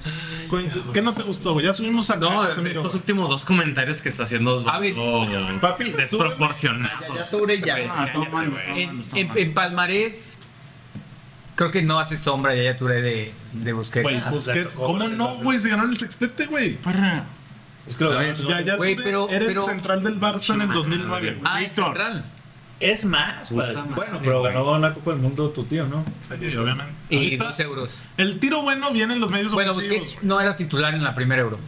Speaker 1: Coinc- ¿Qué no te gustó, güey? Ya subimos a
Speaker 3: No, es-
Speaker 1: Casemiro,
Speaker 3: estos
Speaker 1: güey.
Speaker 3: últimos dos comentarios que está haciendo Osvaldo.
Speaker 7: Papi,
Speaker 3: desproporcionado.
Speaker 5: Ya sobre ya.
Speaker 2: Ah, está mal, está mal,
Speaker 4: En,
Speaker 2: está
Speaker 4: en,
Speaker 2: mal.
Speaker 4: en Palmarés, creo que no hace sombra ya ya Touré de, de Busquets.
Speaker 1: Güey, Busquets.
Speaker 7: exacto,
Speaker 1: ¿Cómo
Speaker 7: ¿cómo se
Speaker 1: no,
Speaker 7: hace?
Speaker 1: güey? Se ganaron el sextete, güey.
Speaker 2: Parra.
Speaker 7: Es que lo
Speaker 3: A ver,
Speaker 7: agarraron-
Speaker 1: Ya, ya,
Speaker 4: Güey,
Speaker 1: tú
Speaker 4: pero-
Speaker 1: eres
Speaker 4: pero-
Speaker 1: central del Barça en el 2009, güey.
Speaker 4: ah, el
Speaker 2: Víctor.
Speaker 4: central.
Speaker 7: Es más, güey.
Speaker 3: Puta madre,
Speaker 7: Bueno, pero
Speaker 3: güey.
Speaker 7: ganó la Copa del Mundo tu tío, ¿no?
Speaker 1: Sí, obviamente.
Speaker 4: Y
Speaker 1: Ahorita,
Speaker 4: dos euros.
Speaker 1: el tiro bueno viene en los medios
Speaker 4: Bueno,
Speaker 1: ofensivos,
Speaker 4: Busquets
Speaker 1: güey.
Speaker 4: no era titular en la primera euro.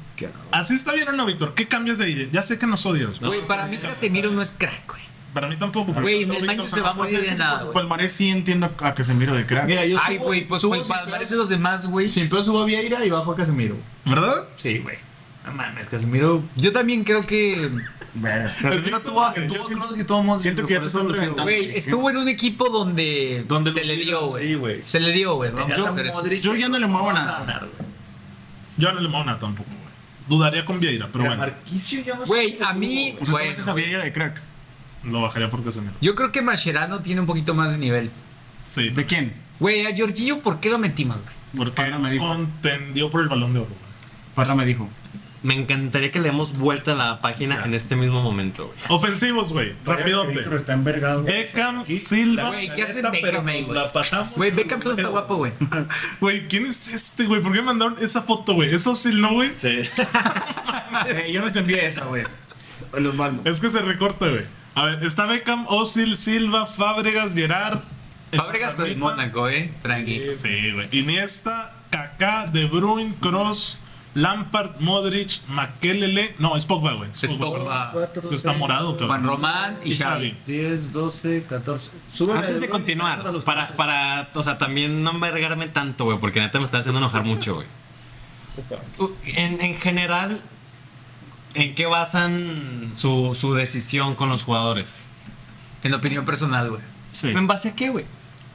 Speaker 1: Así está bien o no, Víctor. ¿Qué cambias de ahí? Ya sé que nos odias, güey.
Speaker 4: Güey, para mí Casemiro no es crack, güey.
Speaker 1: Para mí tampoco. porque
Speaker 4: Güey, en
Speaker 1: no,
Speaker 4: el
Speaker 1: Víctor
Speaker 4: baño se
Speaker 1: Sánchez
Speaker 4: va a morir
Speaker 2: Es
Speaker 4: de
Speaker 2: que
Speaker 4: nada,
Speaker 2: por su
Speaker 4: güey.
Speaker 2: palmarés sí entiendo a Casemiro de crack.
Speaker 7: Mira, yo
Speaker 4: Ay, güey, pues
Speaker 7: subo
Speaker 4: el
Speaker 7: sin
Speaker 4: Palmarés de
Speaker 7: pedos-
Speaker 4: los demás, güey.
Speaker 7: Sin pedo subo a Vieira y bajo a Casemiro.
Speaker 1: ¿Verdad?
Speaker 7: Sí, güey. No mames, Casemiro.
Speaker 4: Yo también creo que,
Speaker 7: Casemiro tuvo a tuvo a Kroos y todo el mundo.
Speaker 2: siento que ya te están reventando.
Speaker 4: güey, estuvo en un equipo donde,
Speaker 7: Donde
Speaker 4: se le
Speaker 7: lucieron,
Speaker 4: dio,
Speaker 7: sí,
Speaker 4: güey.
Speaker 7: güey.
Speaker 4: Se le dio, güey. Vamos
Speaker 7: Yo-
Speaker 4: a hacer eso.
Speaker 2: Yo ya no le muevo nada.
Speaker 1: Yo no le mona tampoco, güey. Dudaría con Vieira, pero
Speaker 7: Pero
Speaker 1: bueno.
Speaker 7: Marquicio ya no sé
Speaker 4: Güey,
Speaker 7: cómo
Speaker 4: a
Speaker 7: estuvo,
Speaker 4: mí,
Speaker 7: güey.
Speaker 2: O sea,
Speaker 4: bueno,
Speaker 2: solamente sabía que era de crack.
Speaker 1: Lo bajaría por Casemiro.
Speaker 4: yo creo que Mascherano tiene un poquito más de nivel.
Speaker 1: Sí.
Speaker 2: ¿De quién?
Speaker 4: Güey, a Giorgillo, ¿por qué lo metimos, güey?
Speaker 1: Porque
Speaker 2: Parra me dijo.
Speaker 1: contendió por el balón de oro, güey.
Speaker 2: Parra me dijo.
Speaker 3: Me encantaría que le demos vuelta a la página en este mismo momento, güey.
Speaker 1: Ofensivos, güey.
Speaker 2: Víctor
Speaker 1: Rapidote.
Speaker 2: está envergado.
Speaker 1: Beckham, Silva.
Speaker 4: Güey, ¿qué hace
Speaker 7: Neta, pero
Speaker 4: Beckham ahí, güey?
Speaker 7: La pasamos.
Speaker 4: Güey, Beckham solo está guapo, güey.
Speaker 1: Güey, ¿quién es este, güey? ¿Por qué mandaron esa foto, güey? Eso sí, no, güey.
Speaker 3: Sí.
Speaker 2: Eh, yo no te envié esa, güey. El Osvaldo.
Speaker 1: Es que se recorta, güey. A ver, está Beckham, Osil, Silva, Fábregas, Gerard. eh,
Speaker 4: Fábregas con el Mónaco, eh. Tranqui.
Speaker 1: Sí, güey. Iniesta, Kaká, De Bruyne, Cross, Lampard, Modric, Makelele. No, es Pogba, güey. Es
Speaker 4: Es
Speaker 1: Pogba, perdón.
Speaker 4: Pogba,
Speaker 1: Es que está morado,
Speaker 4: Juan
Speaker 1: cabrón.
Speaker 4: Román y
Speaker 1: Y
Speaker 4: Xavi.
Speaker 1: Xavi.
Speaker 7: 10, 12, 14. Sube
Speaker 3: Antes de continuar, para, para, o sea, también no envergarme tanto, güey, porque neta me está haciendo enojar mucho, güey. U- Uh, En, en general, ¿en qué basan su, su decisión con los jugadores?
Speaker 4: En opinión personal, güey.
Speaker 2: Sí.
Speaker 3: ¿En base a qué, güey?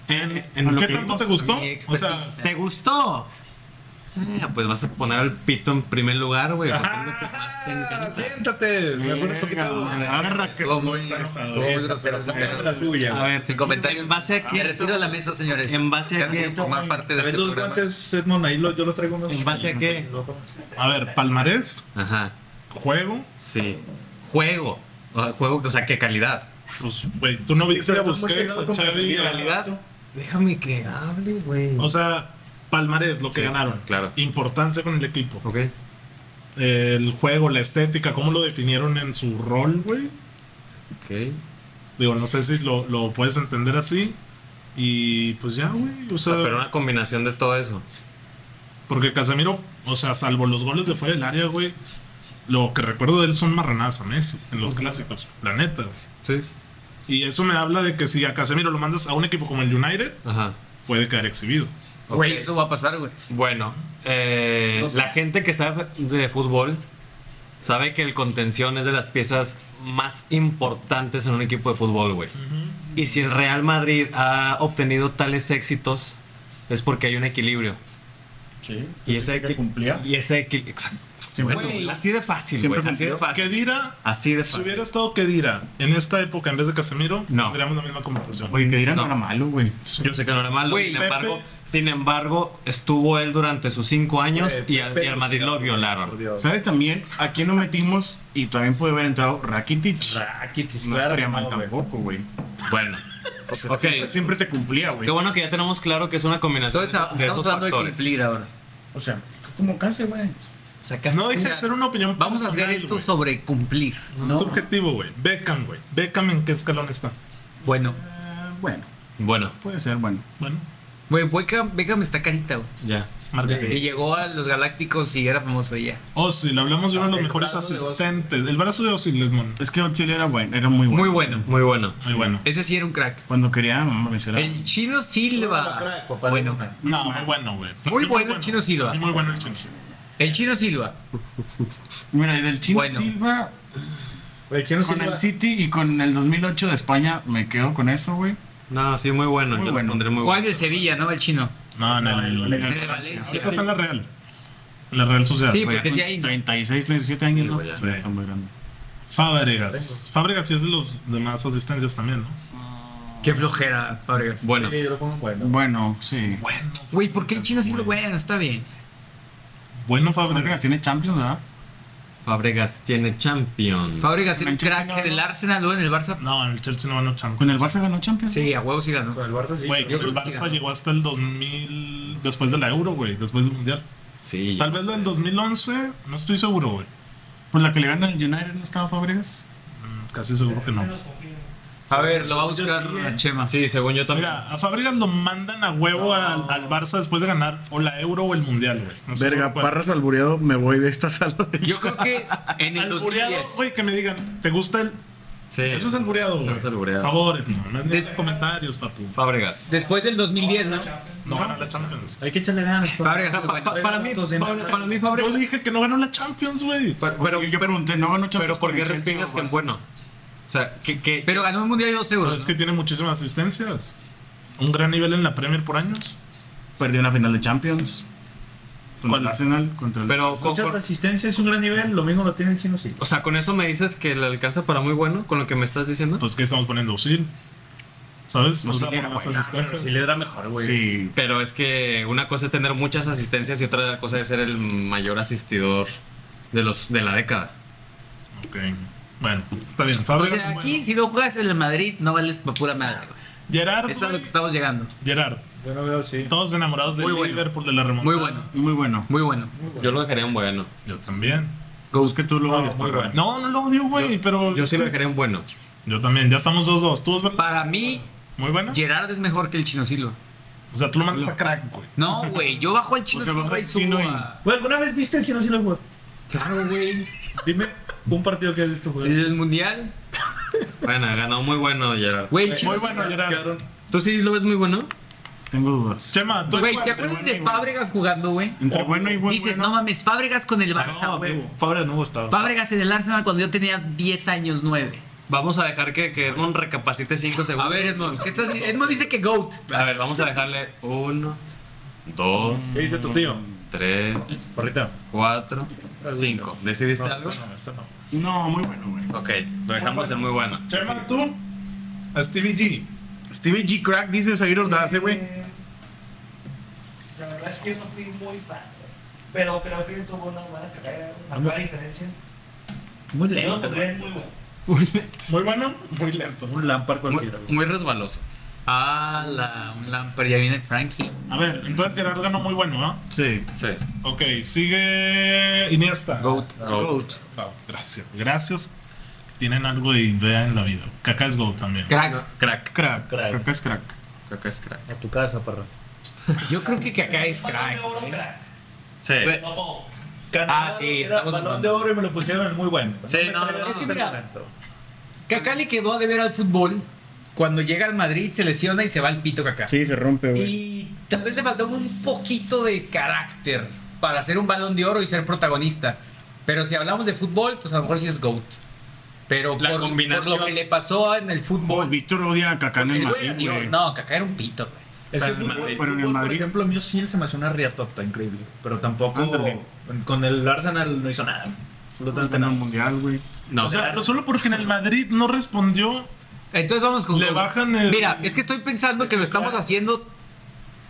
Speaker 3: En, en lo
Speaker 1: ¿Qué
Speaker 3: que
Speaker 1: tanto
Speaker 3: vimos.
Speaker 1: te gustó?
Speaker 4: mi
Speaker 1: O sea,
Speaker 4: expertise.
Speaker 3: ¿Te gustó? Ah, pues vas a poner al pito en primer lugar, güey. porque es lo que más te encanta.
Speaker 1: siéntate. Me pones poquito.
Speaker 2: Agarra que.
Speaker 4: Estuvo muy estuvo muy
Speaker 7: Esa,
Speaker 4: grosero ese
Speaker 7: pero
Speaker 4: pedo.
Speaker 7: la suya.
Speaker 3: A ver,
Speaker 4: Sin comentarios.
Speaker 3: ¿En base a qué?
Speaker 4: Me retiro de la mesa, señores.
Speaker 3: ¿En base a
Speaker 4: Ya no
Speaker 3: qué?
Speaker 4: quiero formar parte de
Speaker 7: Trae
Speaker 4: este
Speaker 7: los
Speaker 4: programa.
Speaker 7: guantes, Edmond, ahí los- yo los traigo unos.
Speaker 3: ¿En base a qué?
Speaker 1: A ver, palmarés,
Speaker 3: Ajá,
Speaker 1: juego.
Speaker 3: sí. Juego. O sea, Juego, o sea, ¿qué calidad?
Speaker 1: Pues, güey, tú no viste a
Speaker 2: Pero estamos
Speaker 1: Busquets, a
Speaker 2: llegando con
Speaker 1: Xavi, a-
Speaker 3: Calidad. Déjame que hable, güey.
Speaker 1: O sea, palmarés, lo que
Speaker 3: Sí,
Speaker 1: ganaron.
Speaker 3: claro.
Speaker 1: Importancia con el equipo.
Speaker 3: Ok.
Speaker 1: El juego, la estética, cómo lo definieron en su rol, güey.
Speaker 3: Ok.
Speaker 1: Digo, no sé si lo, lo puedes entender así. Y pues ya, güey. O
Speaker 3: O
Speaker 1: sea,
Speaker 3: sea, pero una combinación de todo eso.
Speaker 1: porque Casemiro, o sea, salvo los goles de fuera del área, güey. Lo que recuerdo de él son marranadas a Messi en los clásicos, la neta. güey.
Speaker 3: Sí.
Speaker 1: Y eso me habla de que si a Casemiro lo mandas a un equipo como el United,
Speaker 3: Ajá.
Speaker 1: puede quedar exhibido.
Speaker 4: Güey, eso va a pasar, güey.
Speaker 3: Bueno, eh, la gente que sabe de fútbol sabe que el contención es de las piezas más importantes en un equipo de fútbol, güey. Y si el Real Madrid ha obtenido tales éxitos, es porque hay un equilibrio.
Speaker 2: Sí.
Speaker 3: Y ese,
Speaker 2: que
Speaker 3: equi-
Speaker 2: cumplía.
Speaker 3: y ese equilibrio. Exacto.
Speaker 2: Siempre
Speaker 3: Güey,
Speaker 2: cumplió.
Speaker 3: así de fácil,
Speaker 2: Siempre
Speaker 3: güey. Así de
Speaker 2: cumplió.
Speaker 3: fácil.
Speaker 1: Kedira,
Speaker 3: Así de
Speaker 1: si
Speaker 3: fácil.
Speaker 1: hubiera estado Kedira en esta época en vez de Casemiro,
Speaker 3: No.
Speaker 1: tendríamos la misma conversación.
Speaker 2: Oye, que dirán,
Speaker 3: No.
Speaker 2: no era malo, güey.
Speaker 3: Yo sé que no era malo.
Speaker 1: Güey,
Speaker 3: sin,
Speaker 1: Pepe-
Speaker 3: embargo, sin embargo, estuvo él durante sus cinco años y, al, y
Speaker 7: eh, Pero
Speaker 3: al Madrid
Speaker 7: sí,
Speaker 3: lo
Speaker 7: por
Speaker 3: violaron.
Speaker 7: Dios.
Speaker 2: ¿Sabes también a quién no metimos y también puede haber entrado Rakitic?
Speaker 7: Rakitic,
Speaker 2: no
Speaker 7: claro
Speaker 2: estaría
Speaker 7: que
Speaker 2: mal
Speaker 7: no, güey.
Speaker 2: tampoco, güey.
Speaker 3: Bueno. Ok.
Speaker 2: Siempre te cumplía,
Speaker 3: Qué
Speaker 2: güey.
Speaker 3: bueno que ya tenemos claro que es una combinación
Speaker 4: Entonces a-
Speaker 3: de esos
Speaker 4: estamos hablando
Speaker 3: factores.
Speaker 4: de cumplir ahora.
Speaker 2: O sea, como casi, güey.
Speaker 4: Sacaste-
Speaker 1: No deja de ser una opinión
Speaker 4: Vamos a hacer
Speaker 1: personal,
Speaker 4: esto
Speaker 1: güey.
Speaker 4: sobre cumplir.
Speaker 1: Es subjetivo, güey. Beckham, güey. Beckham, ¿en qué escalón está?
Speaker 4: Bueno,
Speaker 2: Eh, bueno,
Speaker 3: bueno,
Speaker 2: puede ser, bueno.
Speaker 1: Bueno,
Speaker 4: güey, Beckham, Beckham está carita, güey.
Speaker 3: ya.
Speaker 4: Y
Speaker 1: márcate.
Speaker 4: llegó a los Galácticos y era famoso ya.
Speaker 1: Ozil, hablamos de uno de los
Speaker 7: El
Speaker 1: mejores
Speaker 7: brazo de Ozil.
Speaker 1: asistentes. El brazo de Ozil, Lesmond.
Speaker 2: Es que Ozil era bueno, era muy bueno.
Speaker 4: Muy bueno.
Speaker 3: Muy bueno.
Speaker 1: Muy bueno.
Speaker 4: Ese sí era un crack.
Speaker 2: Cuando quería, mamá, me será.
Speaker 4: El chino
Speaker 7: Bueno,
Speaker 4: Silva.
Speaker 7: crack, papá,
Speaker 4: Bueno,
Speaker 7: de una.
Speaker 1: No, muy bueno, güey.
Speaker 4: Muy bueno el Chino Silva.
Speaker 1: Y Muy bueno el Chino.
Speaker 4: el chino Silva.
Speaker 2: Mira, y del Chino
Speaker 4: Bueno.
Speaker 2: Silva,
Speaker 7: El chino
Speaker 2: con
Speaker 7: Silva-
Speaker 2: el City y con el 2008 de España, me quedo con eso, güey.
Speaker 3: No, sí, muy bueno.
Speaker 2: Muy
Speaker 3: Yo lo
Speaker 2: bueno.
Speaker 3: pondré muy
Speaker 4: Juan
Speaker 3: bueno.
Speaker 4: del Sevilla, ¿no? El chino.
Speaker 1: No, no, no. no,
Speaker 4: En
Speaker 1: no.
Speaker 4: el Valencia.
Speaker 1: Esta está en la Real. En la Real Sociedad.
Speaker 4: Sí,
Speaker 2: Güey,
Speaker 4: porque es
Speaker 2: con
Speaker 4: de ahí.
Speaker 2: 36, 37 años,
Speaker 3: Sí,
Speaker 2: ¿no?
Speaker 3: güey, ya.
Speaker 2: Sí, está muy grande.
Speaker 1: Fábregas. Fábregas sí es de los demás asistencias también, ¿no?
Speaker 4: Qué flojera, Fábregas.
Speaker 3: Bueno,
Speaker 7: Sí, yo lo pongo bueno.
Speaker 2: Bueno, sí.
Speaker 4: Güey, ¿por qué el chino Silva? Bueno, está bien.
Speaker 1: Bueno,
Speaker 2: Fábregas
Speaker 1: Fábregas.
Speaker 2: tiene Champions, ¿verdad?
Speaker 3: Fabregas tiene champion.
Speaker 4: Fábregas era un
Speaker 2: Manchester
Speaker 4: crack en
Speaker 2: United.
Speaker 4: el Arsenal, luego en el Barça.
Speaker 1: No, el Chelsea no ganó Champions.
Speaker 2: ¿Con el Barça ganó Champions?
Speaker 4: Sí, a huevos sí ganó.
Speaker 7: Con el Barça sí.
Speaker 1: Güey,
Speaker 7: pero-
Speaker 4: creo
Speaker 1: el
Speaker 4: que sí
Speaker 1: Barça
Speaker 4: ganó.
Speaker 1: llegó hasta el 2000, después de la Euro, güey, después del Mundial.
Speaker 3: Sí.
Speaker 1: Tal vez del 2011, no estoy seguro, güey.
Speaker 2: Pues la que le gana al United no estaba Fábregas.
Speaker 1: Mm, Casi seguro que no.
Speaker 6: Menos confío.
Speaker 4: A ver, lo va a buscar Chema.
Speaker 3: Sí, según yo también.
Speaker 1: Mira, a Fábregas lo mandan a huevo al, al Barça después de ganar o la Euro o el Mundial, güey. No sé
Speaker 2: Verga,
Speaker 1: cuál.
Speaker 2: Parras albureado, me voy de esta sala. de-
Speaker 4: Yo creo que en el
Speaker 1: Albureado,
Speaker 4: 2010.
Speaker 1: güey, que me digan, ¿te gusta el...?
Speaker 3: Sí.
Speaker 1: Eso es albureado, güey.
Speaker 3: Eso es albureado.
Speaker 1: Por favor, no, no es ni
Speaker 4: Des-
Speaker 1: de comentarios, papu.
Speaker 3: Fabregas.
Speaker 4: Después del 2010, ¿no?
Speaker 1: No ganó la Champions.
Speaker 7: Hay que echarle ganas. pa.
Speaker 4: Fábregas es bueno.
Speaker 3: Pa- para mí, para, para mí
Speaker 1: Yo
Speaker 3: Fabregas.
Speaker 1: dije que no ganó la Champions, güey.
Speaker 3: Pero, pero,
Speaker 2: yo, yo pregunté, ¿no ganó Champions?
Speaker 3: pero ¿por
Speaker 2: con
Speaker 3: qué
Speaker 2: el Chelsea
Speaker 3: respingas
Speaker 2: o
Speaker 3: que es
Speaker 2: Barça?
Speaker 3: bueno? O sea, que, que
Speaker 4: Pero ganó un mundial de 2
Speaker 1: Pero
Speaker 4: euros.
Speaker 1: es que tiene muchísimas asistencias. Un gran nivel en la Premier por años.
Speaker 2: Perdió una final de Champions. Con
Speaker 1: ¿Cuál?
Speaker 2: el Arsenal, contra el...
Speaker 3: pero con-
Speaker 7: pues, Muchas
Speaker 3: con-
Speaker 7: asistencias, un gran nivel. Lo mismo lo tiene el chino sí.
Speaker 3: o sea, con eso me dices que le alcanza para muy bueno con lo que me estás diciendo.
Speaker 1: Pues, ¿qué estamos poniendo? Usil. ¿Sabes? O sea,
Speaker 2: Usil era
Speaker 4: Ah,
Speaker 1: por las
Speaker 2: buena,
Speaker 1: asistencias.
Speaker 7: Sí le da mejor, güey.
Speaker 2: sí.
Speaker 3: Pero es que una cosa es tener muchas asistencias y otra cosa es ser el mayor asistidor de los de la década.
Speaker 1: Ok. Bueno, está bien.
Speaker 4: O
Speaker 1: Fábregas
Speaker 4: sea,
Speaker 1: es
Speaker 4: aquí
Speaker 1: bueno.
Speaker 4: si no juegas en el Madrid, no vales para pura madre. güey.
Speaker 1: Gerard,
Speaker 4: Es a lo
Speaker 1: güey.
Speaker 4: que estamos llegando.
Speaker 1: Gerard.
Speaker 7: Yo no veo, sí.
Speaker 1: Todos enamorados de
Speaker 4: Muy bueno.
Speaker 1: Liverpool, de la remontada.
Speaker 4: Muy bueno.
Speaker 2: Muy bueno.
Speaker 4: Muy bueno.
Speaker 3: Yo lo dejaría en bueno.
Speaker 1: Yo también.
Speaker 2: Es que tú lo
Speaker 7: No,
Speaker 2: odias,
Speaker 7: muy
Speaker 2: Parra.
Speaker 7: bueno.
Speaker 1: No, no lo odio, güey, pero...
Speaker 3: Yo sí lo dejaría en bueno.
Speaker 1: Yo también. Ya estamos 2-2. ¿Tú, Osvaldo?
Speaker 4: Para mí,
Speaker 1: Muy bueno.
Speaker 4: Gerard es mejor que el Chino Silva.
Speaker 1: O sea, tú lo mandas a crack, güey.
Speaker 4: No, güey, yo bajo al Chino
Speaker 2: O sea, bajo
Speaker 4: Silva y
Speaker 2: al Chino
Speaker 4: subo
Speaker 2: y-
Speaker 4: a-
Speaker 7: Güey, ¿alguna vez viste el chino sí lo jugó? Claro, güey. Dime un partido que has visto jugar.
Speaker 4: el Mundial.
Speaker 3: Bueno, ha ganado muy bueno Gerard.
Speaker 4: Güey, el Chino
Speaker 1: Muy bueno, Gerard.
Speaker 7: Quedaron-
Speaker 3: ¿Tú sí lo ves muy bueno?
Speaker 2: Tengo dudas.
Speaker 1: Chema, tú...
Speaker 4: Güey,
Speaker 1: eres
Speaker 4: ¿te
Speaker 1: bueno.
Speaker 4: acuerdas de Fábregas jugando, güey?
Speaker 2: Entre bueno y bueno.
Speaker 4: Dices, no mames, Fábregas con el Barça,
Speaker 7: No,
Speaker 4: Ah, güey.
Speaker 7: güey, Fabra no gustaba.
Speaker 4: Fábregas en el Arsenal cuando yo tenía 10 años, 9.
Speaker 3: Vamos a dejar que, que Edmond recapacite 5 segundos.
Speaker 4: A ver, Edmond, ¿qué estás di- Edmond dice que GOAT.
Speaker 3: A ver, vamos a dejarle 1, 2,
Speaker 7: ¿Qué dice tu tío?
Speaker 3: 3,
Speaker 7: Parrita.
Speaker 3: 4, 5. ¿Decidiste algo?
Speaker 7: No, esto no.
Speaker 2: No, muy bueno, güey.
Speaker 3: Ok, lo dejamos en muy bueno.
Speaker 1: Chema, tú... A Stevie G.
Speaker 2: Stevie G. Crack dice Zair Ordace, güey.
Speaker 6: Eh, La verdad es que yo no fui muy fan, güey. pero creo que tuvo una buena carrera, güey. marcó la diferencia.
Speaker 4: Muy
Speaker 6: Yo lo
Speaker 4: lento.
Speaker 6: pondría en muy bueno.
Speaker 1: Muy bueno. Muy lento.
Speaker 7: Un Lampard
Speaker 3: Muy,
Speaker 7: cualquiera. güey.
Speaker 3: muy resbaloso.
Speaker 4: Ah, la, un Lampard, ya viene Frankie.
Speaker 1: A ver, entonces Gerard ganó muy bueno, ¿no?
Speaker 2: Sí.
Speaker 3: Sí.
Speaker 1: Ok, sigue Iniesta.
Speaker 4: GOAT.
Speaker 2: Goat.
Speaker 1: Wow, gracias, gracias. Tienen algo de idea en la vida. Kaká es Go también.
Speaker 4: Crack.
Speaker 3: Crack.
Speaker 2: Crack.
Speaker 7: Crack.
Speaker 2: Crack es crack.
Speaker 3: Creo que es crack.
Speaker 7: A tu casa, parra.
Speaker 4: Yo creo que acá es
Speaker 6: Balón de
Speaker 4: crack.
Speaker 6: oro,
Speaker 4: güey.
Speaker 6: crack.
Speaker 3: Sí.
Speaker 6: No, no.
Speaker 7: Ganaba,
Speaker 4: Ah, sí,
Speaker 7: era
Speaker 4: estamos
Speaker 7: balón
Speaker 4: hablando.
Speaker 7: de oro y me lo pusieron en muy bueno.
Speaker 3: Sí,
Speaker 7: me
Speaker 3: no, no,
Speaker 7: traigan
Speaker 3: no.
Speaker 4: Es que
Speaker 7: hasta el
Speaker 4: mira,
Speaker 7: momento.
Speaker 4: Kaká le quedó de ver al fútbol. Cuando llega al Madrid se lesiona y se va al pito Kaká.
Speaker 2: Sí, se rompe,
Speaker 4: Y tal vez le faltaba un poquito de carácter para ser un balón de oro y ser protagonista. Pero si hablamos de fútbol, pues a lo mejor sí es GOAT. Pero
Speaker 3: La
Speaker 4: por,
Speaker 3: combinación-
Speaker 4: por lo que le pasó en el
Speaker 2: Oh,
Speaker 4: fútbol.
Speaker 2: Víctor odia a Kaká en el
Speaker 4: Él no era
Speaker 2: Madrid,
Speaker 4: Dios.
Speaker 2: güey.
Speaker 4: No, Kaká era un pito, güey.
Speaker 7: Es
Speaker 3: Pero
Speaker 7: que
Speaker 3: en el
Speaker 7: fútbol,
Speaker 3: Madrid.
Speaker 2: Pero en el
Speaker 7: fútbol,
Speaker 2: Madrid.
Speaker 7: por ejemplo, a mí Ozil se me hace una riatota increíble. Pero tampoco
Speaker 2: Ándale. Pues
Speaker 7: con el Arsenal no hizo nada. Absolutamente
Speaker 2: Ganó el
Speaker 7: nada.
Speaker 2: mundial, güey.
Speaker 3: No,
Speaker 1: O sea, no solo porque en el Madrid no respondió.
Speaker 4: Entonces vamos con
Speaker 1: Le
Speaker 4: Goat.
Speaker 1: bajan el-
Speaker 4: Mira, es que estoy pensando que lo estamos haciendo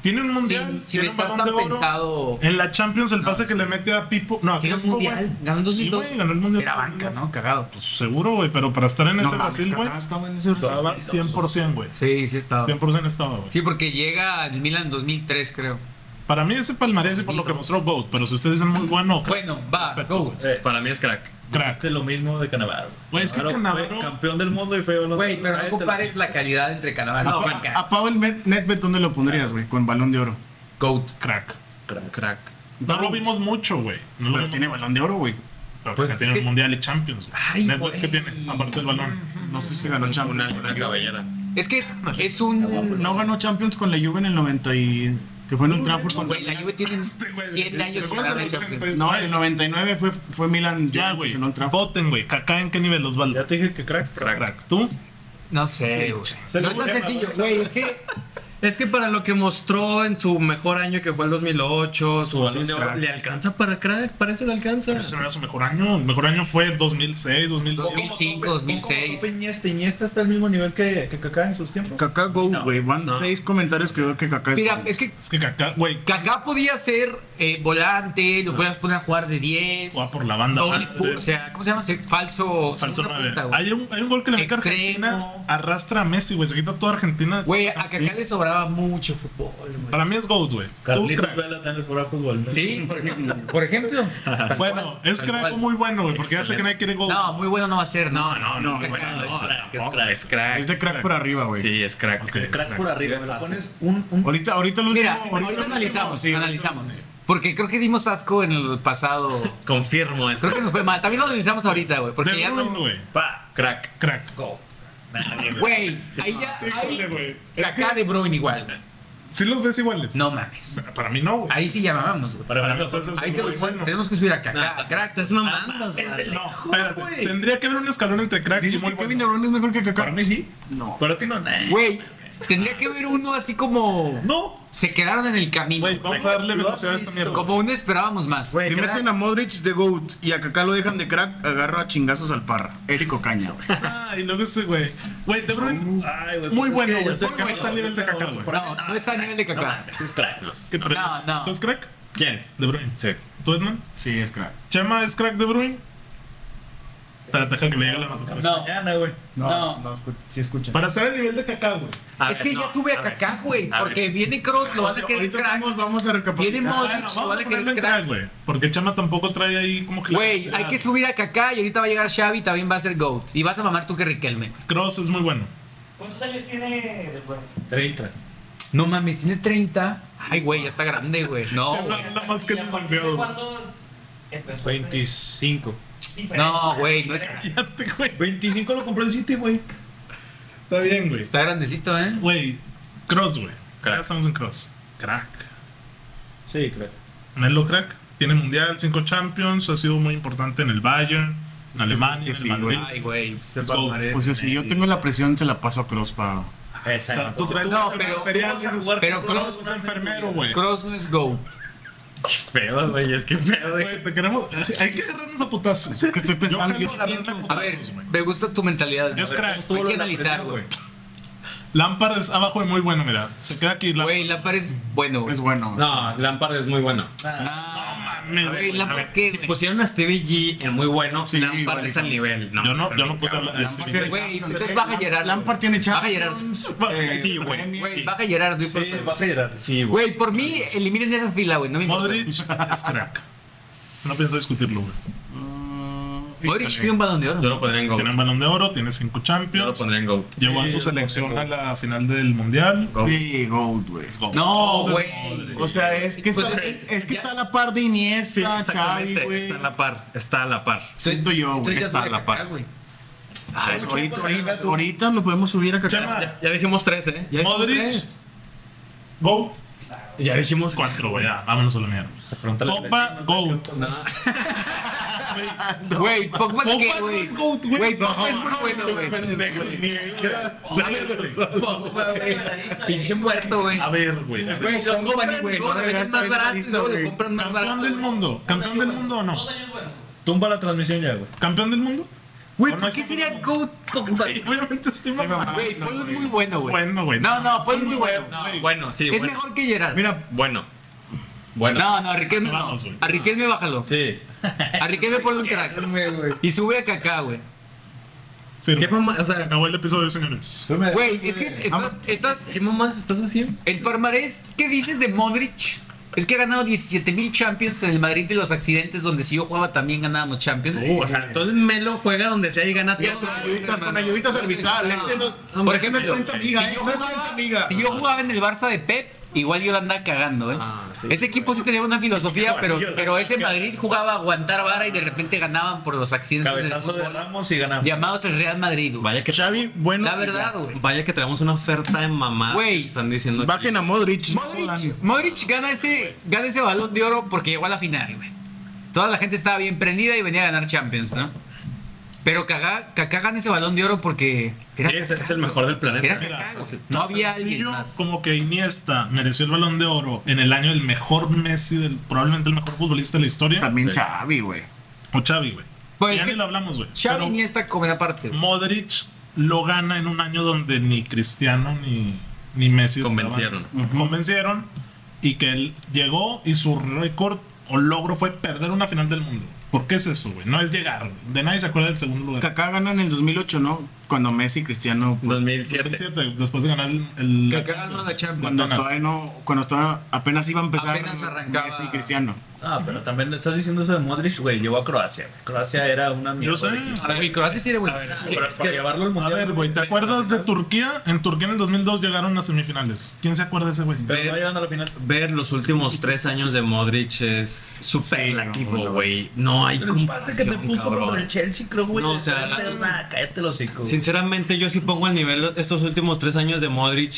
Speaker 1: Tiene un mundial.
Speaker 4: sin, sin
Speaker 1: tiene un
Speaker 4: estar
Speaker 1: balón
Speaker 4: tan
Speaker 1: de oro.
Speaker 4: pensado.
Speaker 1: En la Champions, el pase que le mete a Pipo. No, a
Speaker 4: Ganó el
Speaker 1: Crespo, güey.
Speaker 4: mundial. Ganó en
Speaker 1: Sí,
Speaker 4: 2002.
Speaker 1: güey, ganó el mundial.
Speaker 4: Era banca, ¿no? Cagado.
Speaker 1: Pues seguro, güey, pero para estar en
Speaker 2: No
Speaker 1: ese
Speaker 2: mames,
Speaker 1: Brasil, güey,
Speaker 2: Kaká estaba en ese
Speaker 1: estaba
Speaker 2: Brasil.
Speaker 1: 100%, güey.
Speaker 4: Sí, sí estaba.
Speaker 1: 100% estaba, güey.
Speaker 4: Sí, porque llega al Milan en 2003, creo.
Speaker 1: Para mí ese palmarés es por lo que mostró Boat, pero si ustedes dicen muy bueno,
Speaker 4: Bueno, va,
Speaker 1: Respeto.
Speaker 4: Goat.
Speaker 7: Eh,
Speaker 3: Para mí es crack.
Speaker 1: crack.
Speaker 7: Este lo mismo de Canavaro.
Speaker 1: Güey, es que Cannavaro-
Speaker 7: Campeón del mundo y feo. los-
Speaker 4: Güey, pero no
Speaker 7: Cállate
Speaker 4: compares
Speaker 7: los-
Speaker 4: la calidad entre Canavaro
Speaker 3: No,
Speaker 4: y
Speaker 3: bueno,
Speaker 4: Banca.
Speaker 2: A Pavel Met- Nedved, ¿dónde lo pondrías, güey? Con balón de oro.
Speaker 4: Goat.
Speaker 1: Crack.
Speaker 4: Crack.
Speaker 1: No lo vimos mucho, güey. No lo
Speaker 2: Pero
Speaker 1: vimos
Speaker 2: tiene
Speaker 1: mucho.
Speaker 2: balón de oro, güey.
Speaker 1: Pero
Speaker 4: Pues
Speaker 1: que
Speaker 4: es
Speaker 1: tiene
Speaker 4: que-
Speaker 1: el Mundial y Champions. güey.
Speaker 4: Ay,
Speaker 1: Network,
Speaker 4: güey.
Speaker 1: ¿Qué tiene? Aparte del balón.
Speaker 2: No sé si ganó
Speaker 3: Una,
Speaker 2: Champions. con la
Speaker 3: una
Speaker 2: Juve.
Speaker 3: cabellera.
Speaker 4: Es que es un.
Speaker 2: No ganó Champions con la Juve en el 90 y... Que fue en un Trafford contra...
Speaker 4: Güey, la Juve tiene
Speaker 1: Este
Speaker 4: 7 años sin ganar la Champions.
Speaker 2: No, en el 99 fue, fue Milan
Speaker 1: Ya,
Speaker 2: Juventus
Speaker 1: güey.
Speaker 2: en un Trafford.
Speaker 1: Voten, güey. Cacá en qué nivel los va
Speaker 7: Ya te dije que crack.
Speaker 1: Crack. Crack. ¿Tú?
Speaker 4: No sé, güey.
Speaker 7: Se
Speaker 4: No es tan
Speaker 7: le ocurre,
Speaker 4: sencillo,
Speaker 7: ¿no?
Speaker 4: güey. Es que.
Speaker 3: Es que para lo que mostró en su mejor año, que fue el 2008, su balón
Speaker 2: es
Speaker 3: de oro,
Speaker 2: crack.
Speaker 3: ¿le alcanza para crack? Para eso le alcanza.
Speaker 1: Pero ese no era su mejor año. El mejor año fue 2006, 2007.
Speaker 4: 2005,
Speaker 7: Como Tope
Speaker 4: 2006.
Speaker 7: Iniesta, este, Iniesta está al mismo nivel que, que Kaká en sus tiempos.
Speaker 2: Kaká Go, güey. Van seis comentarios que veo que Kaká es...
Speaker 4: Mira, es que
Speaker 1: Es que Cacá, güey,
Speaker 4: Kaká podía ser eh, volante,
Speaker 1: Ah.
Speaker 4: lo podías poner a jugar de 10.
Speaker 1: jugaba por la banda.
Speaker 4: doble
Speaker 1: madre.
Speaker 4: pu- o sea, ¿cómo se llama? ese Falso.
Speaker 1: Falso
Speaker 4: segunda
Speaker 1: nueve.
Speaker 4: punta, güey.
Speaker 1: Hay un, hay un gol que le mete a
Speaker 4: Extremo.
Speaker 1: Argentina. Arrastra a Messi, güey. Se quita toda Argentina.
Speaker 4: Güey, a Kaká
Speaker 1: Sí.
Speaker 4: le sobraba mucho fútbol, güey.
Speaker 1: Para mí es GOAT, güey. Tú,
Speaker 7: Carlitos
Speaker 1: crack.
Speaker 7: Vela también les juega fútbol. ¿no?
Speaker 4: Sí, por ejemplo. Por ejemplo. Tal
Speaker 1: Bueno,
Speaker 4: cual,
Speaker 1: es
Speaker 4: tal
Speaker 1: crack
Speaker 4: cual.
Speaker 1: muy bueno, güey. Porque ya sé que nadie quiere GOAT.
Speaker 4: No, muy bueno no va a ser. No, no,
Speaker 2: no,
Speaker 4: es
Speaker 2: muy
Speaker 4: Kaká,
Speaker 2: bueno,
Speaker 4: no.
Speaker 3: Es crack. Es crack.
Speaker 2: Es de crack por arriba, güey.
Speaker 3: Sí, es crack.
Speaker 1: Ok,
Speaker 3: Es
Speaker 1: crack
Speaker 7: Por arriba, me lo pones un, un
Speaker 2: Ahorita, ahorita lo
Speaker 4: Mira, ahorita analizamos, analizamos. Porque creo que dimos asco en el pasado.
Speaker 3: Confirmo eso.
Speaker 4: Creo que nos fue mal. También lo analizamos ahorita, güey. Porque
Speaker 1: De
Speaker 4: ya
Speaker 1: Bruyne,
Speaker 4: no.
Speaker 1: güey.
Speaker 3: Pa, crack.
Speaker 1: Crack.
Speaker 4: Güey, ahí ya.
Speaker 1: Híjole,
Speaker 4: Ahí,
Speaker 1: güey. Es que
Speaker 4: Kaká de Bruyne igual. güey.
Speaker 1: sí los ves iguales.
Speaker 4: No mames.
Speaker 1: Para mí no, güey.
Speaker 4: Ahí sí llamábamos, güey.
Speaker 1: Para, mí entonces.
Speaker 4: Ahí te
Speaker 1: güey,
Speaker 4: los pon-
Speaker 1: bueno.
Speaker 4: tenemos que subir a Ah, Kaká.
Speaker 3: No,
Speaker 4: Crack, estás mamando, güey.
Speaker 1: No, espérate. Tendría que haber un escalón entre crack y
Speaker 2: Dices
Speaker 1: muy
Speaker 2: que Kevin De
Speaker 1: bueno.
Speaker 2: Bruyne es mejor que
Speaker 7: Para
Speaker 2: Kaká.
Speaker 7: mí sí.
Speaker 2: No.
Speaker 7: Para ti no. nah.
Speaker 4: Güey, tendría que haber uno así como.
Speaker 7: No.
Speaker 4: Se quedaron en el camino.
Speaker 1: Güey, vamos a darle velocidad a esta mierda.
Speaker 4: Como uno esperábamos más.
Speaker 2: Si meten a Modric de GOAT y a Kaká lo dejan de crack, agarra a chingazos al parra. Érico Caña, güey.
Speaker 1: Ah, y luego ese, güey. Güey, De Bruyne.
Speaker 7: Ay, güey,
Speaker 1: Muy
Speaker 7: pues es
Speaker 1: bueno,
Speaker 7: que yo
Speaker 1: güey.
Speaker 7: estoy
Speaker 1: Porque no
Speaker 7: con-
Speaker 1: está al nivel de
Speaker 7: yo
Speaker 1: Kaká,
Speaker 7: tengo-
Speaker 1: güey.
Speaker 4: No, no está a nivel de Kaká.
Speaker 7: Es crack. los-
Speaker 1: ¿Qué traes?
Speaker 4: No, no.
Speaker 1: ¿Tú es crack?
Speaker 3: ¿Quién?
Speaker 1: De Bruyne.
Speaker 3: Sí.
Speaker 1: ¿Tú, Edman?
Speaker 2: Sí, es crack.
Speaker 1: ¿Chema es crack de Bruyne? Para atajar que le llegue la matutada.
Speaker 7: Mañana, güey.
Speaker 4: No. Pues,
Speaker 2: escu- sí escucha.
Speaker 1: Para estar al nivel de Kaká, güey.
Speaker 3: A
Speaker 4: es
Speaker 3: ver,
Speaker 4: que
Speaker 3: no,
Speaker 4: ya sube a
Speaker 3: ver.
Speaker 4: Kaká, güey.
Speaker 3: A ver.
Speaker 4: Porque viene Cross, lo van a querer
Speaker 2: ahorita
Speaker 4: crack.
Speaker 2: estamos- vamos a
Speaker 4: Viene
Speaker 2: recapacitar.
Speaker 4: Modric,
Speaker 1: Bueno,
Speaker 4: lo
Speaker 1: vamos
Speaker 4: van
Speaker 1: a
Speaker 4: a querer
Speaker 1: ponerle en
Speaker 4: crack.
Speaker 1: crack, güey. Porque Chama tampoco trae ahí como que la
Speaker 4: Güey,
Speaker 1: velocidad.
Speaker 4: hay que subir a Kaká y ahorita va a llegar Xavi, también va a ser GOAT. Y vas a mamar tú que Riquelme.
Speaker 1: Cross es muy bueno.
Speaker 6: ¿Cuántos años tiene de bueno?
Speaker 7: 30.
Speaker 4: No mames, tiene 30. Ay, güey, ya está grande, güey. No,
Speaker 1: Chema.
Speaker 4: güey.
Speaker 1: Nada más que
Speaker 6: ¿Y a partir de
Speaker 1: licenciado.
Speaker 6: ¿Cuándo empezó? a ser
Speaker 7: 25.
Speaker 6: diferente?
Speaker 4: No, güey, no es-
Speaker 1: Ya te, güey.
Speaker 7: 25 lo compró el City, güey.
Speaker 1: Está bien, güey.
Speaker 4: Está grandecito, ¿eh?
Speaker 1: Güey, Cross, güey.
Speaker 3: Crack.
Speaker 1: Ya estamos en Cross. Crack.
Speaker 7: Sí, crack.
Speaker 1: Melo crack. Tiene mundial, cinco champions. Ha sido muy importante en el Bayern, en Alemania,
Speaker 2: es pues que
Speaker 1: en el
Speaker 2: sí,
Speaker 1: Madrid.
Speaker 2: güey.
Speaker 4: Ay, güey.
Speaker 1: Let's go.
Speaker 2: O sea, si yo tengo la presión, se la paso a Cross para...
Speaker 1: O sea, tú traes
Speaker 4: No,
Speaker 1: una
Speaker 4: pero-
Speaker 1: superioridad,
Speaker 7: tú vas a
Speaker 1: dices,
Speaker 7: jugar
Speaker 4: Pero
Speaker 1: Cross
Speaker 4: Cross,
Speaker 1: es enfermero, güey.
Speaker 4: Cross no es GOAT.
Speaker 3: Qué pedo, güey. Es que pedo. güey.
Speaker 1: Güey, Te queremos. Hay que agarrarnos a putazos.
Speaker 2: que estoy pensando,
Speaker 1: jalo
Speaker 2: yo sí
Speaker 1: agarrarme a
Speaker 2: pienso.
Speaker 4: A ver,
Speaker 1: putazos, güey.
Speaker 4: me gusta tu mentalidad. güey.
Speaker 1: Es crack.
Speaker 4: Hay que analizar,
Speaker 7: presión,
Speaker 4: güey.
Speaker 1: Lampard es abajo y muy bueno, mira. Se queda aquí. Lampard.
Speaker 4: Güey, Lampard es bueno, güey.
Speaker 2: Es bueno.
Speaker 3: No, Lampard es muy bueno.
Speaker 4: Ah,
Speaker 1: mames,
Speaker 4: güey,
Speaker 1: güey.
Speaker 3: A
Speaker 4: Lampard,
Speaker 3: ver, pues,
Speaker 4: ¿qué,
Speaker 3: si
Speaker 4: güey?
Speaker 3: pusieron a Stevie G en muy bueno,
Speaker 2: Sí,
Speaker 3: Lampard
Speaker 2: igual,
Speaker 3: es al
Speaker 2: igual.
Speaker 3: nivel.
Speaker 1: Yo no- yo no puse a- a
Speaker 2: Lampard
Speaker 1: Stevie
Speaker 2: tiene
Speaker 1: G.
Speaker 4: pues, Güey,
Speaker 2: Champions,
Speaker 4: entonces baja Gerrard,
Speaker 2: Lampard
Speaker 4: güey.
Speaker 2: tiene
Speaker 4: Baja
Speaker 2: Champions.
Speaker 1: Gerrard.
Speaker 2: eh,
Speaker 3: Sí, güey.
Speaker 2: Premier.
Speaker 4: Güey, baja Gerard, güey. por
Speaker 7: Sí,
Speaker 4: favor.
Speaker 7: vas a llegar.
Speaker 3: Sí, güey.
Speaker 4: Güey, por mí, eliminen esa fila, güey. No me importa.
Speaker 1: Modric es crack. No pienso discutirlo, güey.
Speaker 2: Mm,
Speaker 4: Modric
Speaker 2: híjole.
Speaker 4: tiene un balón de oro.
Speaker 3: Yo lo pondría en
Speaker 1: Tiene un
Speaker 3: GOAT.
Speaker 1: balón de oro, tiene cinco
Speaker 3: Yo lo
Speaker 1: champions.
Speaker 3: pondría en GOAT.
Speaker 1: Llevó a su selección a la final del mundial.
Speaker 3: Goat.
Speaker 2: Sí, Goat, güey.
Speaker 4: No,
Speaker 1: Todo es
Speaker 4: güey.
Speaker 1: Modric.
Speaker 2: O sea, es que,
Speaker 4: Pues
Speaker 2: está,
Speaker 4: es que-
Speaker 2: es que
Speaker 4: ya-
Speaker 2: está a la par de Iniesta, Xavi,
Speaker 3: Exactamente,
Speaker 2: güey.
Speaker 3: Está a la par. Está a la par.
Speaker 2: Siento yo, güey.
Speaker 4: Entonces ya
Speaker 2: Está a
Speaker 4: sube
Speaker 2: la
Speaker 4: Kaká,
Speaker 2: par.
Speaker 4: güey.
Speaker 2: Pues ahorita, ahorita, ahorita lo podemos subir
Speaker 1: Chema.
Speaker 2: a Kaká.
Speaker 3: Ya, ya dijimos tres, ¿eh? Ya dijimos
Speaker 1: Modric.
Speaker 3: tres.
Speaker 1: Goat.
Speaker 3: Ya dijimos
Speaker 1: Cuatro, güey. Ya, vámonos a la mierda.
Speaker 7: Pregúntale a la
Speaker 1: Copa Goat.
Speaker 3: No.
Speaker 4: Güey, Pogba qué, güey. Güey, Pogba es muy bueno,
Speaker 1: este
Speaker 4: güey.
Speaker 8: Pogba, güey.
Speaker 4: Pinche muerto, güey.
Speaker 1: A ver, güey. a ver.
Speaker 8: Güey, lo compran, güey. Lo
Speaker 2: deberías
Speaker 8: venden más
Speaker 2: traer
Speaker 8: barato y
Speaker 2: lista,
Speaker 8: luego
Speaker 2: güey.
Speaker 8: lo compran más
Speaker 1: Campeón
Speaker 8: barato.
Speaker 1: del mundo. Campeón del mundo o no.
Speaker 6: Dos años buenos.
Speaker 7: Tumba la transmisión ya, güey.
Speaker 1: Campeón del mundo.
Speaker 8: Güey,
Speaker 1: No,
Speaker 8: ¿por
Speaker 1: no
Speaker 8: qué
Speaker 1: es
Speaker 8: sería
Speaker 1: un-
Speaker 8: Goat Pogba?
Speaker 1: Obviamente estoy mamando.
Speaker 4: Güey, Polo es muy bueno, güey.
Speaker 1: Bueno, güey.
Speaker 4: No, no, Polo es muy bueno.
Speaker 1: güey.
Speaker 4: Bueno, sí,
Speaker 8: Es
Speaker 4: bueno.
Speaker 8: mejor que Gerard.
Speaker 2: Mira,
Speaker 4: Bueno. Bueno. No, no, a Riquelme no.
Speaker 1: Vamos, güey.
Speaker 4: A Riquelme bájalo.
Speaker 7: Sí.
Speaker 4: A Riquelme ponle un crack.
Speaker 8: güey.
Speaker 4: Y sube a Kaká, güey.
Speaker 1: Firmo.
Speaker 7: ¿Qué mamá? O sea,
Speaker 1: Acabó el episodio, señores.
Speaker 4: Güey, es que estás, estás...
Speaker 7: ¿Qué mamás estás haciendo?
Speaker 4: El palmarés, ¿qué dices de Modric? Es que ha ganado 17.000 Champions en el Madrid de los accidentes, donde si yo jugaba también ganábamos Champions.
Speaker 2: Uh,
Speaker 4: o sea,
Speaker 3: Entonces Melo juega donde sea y gana
Speaker 4: Sí,
Speaker 3: todo.
Speaker 4: sí.
Speaker 3: güey.
Speaker 2: ayuditas, con
Speaker 4: hermano.
Speaker 2: ayuditas arbitrales.
Speaker 4: No.
Speaker 2: Este no,
Speaker 4: No, por
Speaker 2: este no es
Speaker 4: ejemplo,
Speaker 2: prensa amiga,
Speaker 4: si
Speaker 2: eh,
Speaker 4: yo
Speaker 2: no es
Speaker 4: jugaba-
Speaker 2: prensa amiga.
Speaker 4: si yo jugaba en el Barça de Pep, igual yo la andaba cagando, ¿eh?
Speaker 3: Ah, sí.
Speaker 4: ese equipo sí tenía una filosofía, pero, pero ese Madrid jugaba a aguantar vara y de repente ganaban por los accidentes del
Speaker 7: Cabezazo de
Speaker 4: fútbol,
Speaker 7: Ramos y ganamos.
Speaker 4: llamados el Real Madrid, güey.
Speaker 3: Vaya que
Speaker 2: Xavi, bueno.
Speaker 4: La verdad, güey.
Speaker 3: Vaya que traemos una oferta de mamá.
Speaker 4: Güey.
Speaker 3: Están diciendo aquí.
Speaker 2: Bajen a Modric.
Speaker 4: Modric, Modric gana ese, gana ese balón de oro porque llegó a la final, güey. Toda la gente estaba bien prendida y venía a ganar Champions, ¿no? Pero Kaká, Kaká gana ese balón de oro porque era
Speaker 7: Sí, es,
Speaker 4: Kaká,
Speaker 7: es el
Speaker 4: güey.
Speaker 7: mejor del
Speaker 4: Era
Speaker 7: planeta.
Speaker 4: Kaká, güey.
Speaker 3: sí.
Speaker 4: No había alguien
Speaker 1: Sencillo,
Speaker 4: más.
Speaker 1: como que Iniesta mereció el balón de oro en el año del mejor Messi, del, probablemente el mejor futbolista de la historia.
Speaker 2: También Xavi, güey.
Speaker 1: O Xavi, güey.
Speaker 4: Pues
Speaker 1: ya
Speaker 4: es
Speaker 1: ni
Speaker 4: que
Speaker 1: lo hablamos, güey.
Speaker 4: Xavi
Speaker 1: Pero
Speaker 4: ni está como una parte. güey.
Speaker 1: Modric lo gana en un año donde ni Cristiano ni, ni Messi estaban-
Speaker 3: Convencieron.
Speaker 1: Ujú. Convencieron. Y que él llegó y su récord o logro fue perder una final del mundo. ¿Por qué es eso, güey? No es llegar, güey. De nadie se acuerda del segundo lugar.
Speaker 2: Kaká gana en el 2008, ¿no? Cuando Messi y Cristiano. pues,
Speaker 3: 2007.
Speaker 1: 2007, después de ganar el. el-
Speaker 4: Kaká ganó la Champions.
Speaker 2: cuando todavía no. Cuando todavía apenas iba a empezar.
Speaker 8: Apenas arrancaba.
Speaker 2: Messi y Cristiano.
Speaker 7: Ah, pero también estás diciendo eso de Modric, güey. Llevó a Croacia. güey. Croacia era una mierda.
Speaker 1: Yo sé.
Speaker 7: de equipo.
Speaker 4: A ver, y Croacia sí era bueno.
Speaker 7: Es que, es que llevarlo al
Speaker 1: A
Speaker 7: mundial.
Speaker 1: ver, güey, ¿te acuerdas de Turquía? En Turquía en el 2002 llegaron a semifinales. ¿Quién se acuerda de ese güey?
Speaker 7: Pero no llegan a la final.
Speaker 3: Ver los últimos tres años de Modric es superlativo,
Speaker 2: no,
Speaker 3: güey. No hay
Speaker 7: El pase que te
Speaker 3: comparación,
Speaker 7: puso contra
Speaker 3: cabrón.
Speaker 7: el Chelsea, creo, güey.
Speaker 3: No, o sea, la-
Speaker 7: Nada, cállate los hocico. güey.
Speaker 3: Sinceramente, yo sí pongo al nivel estos últimos tres años de Modric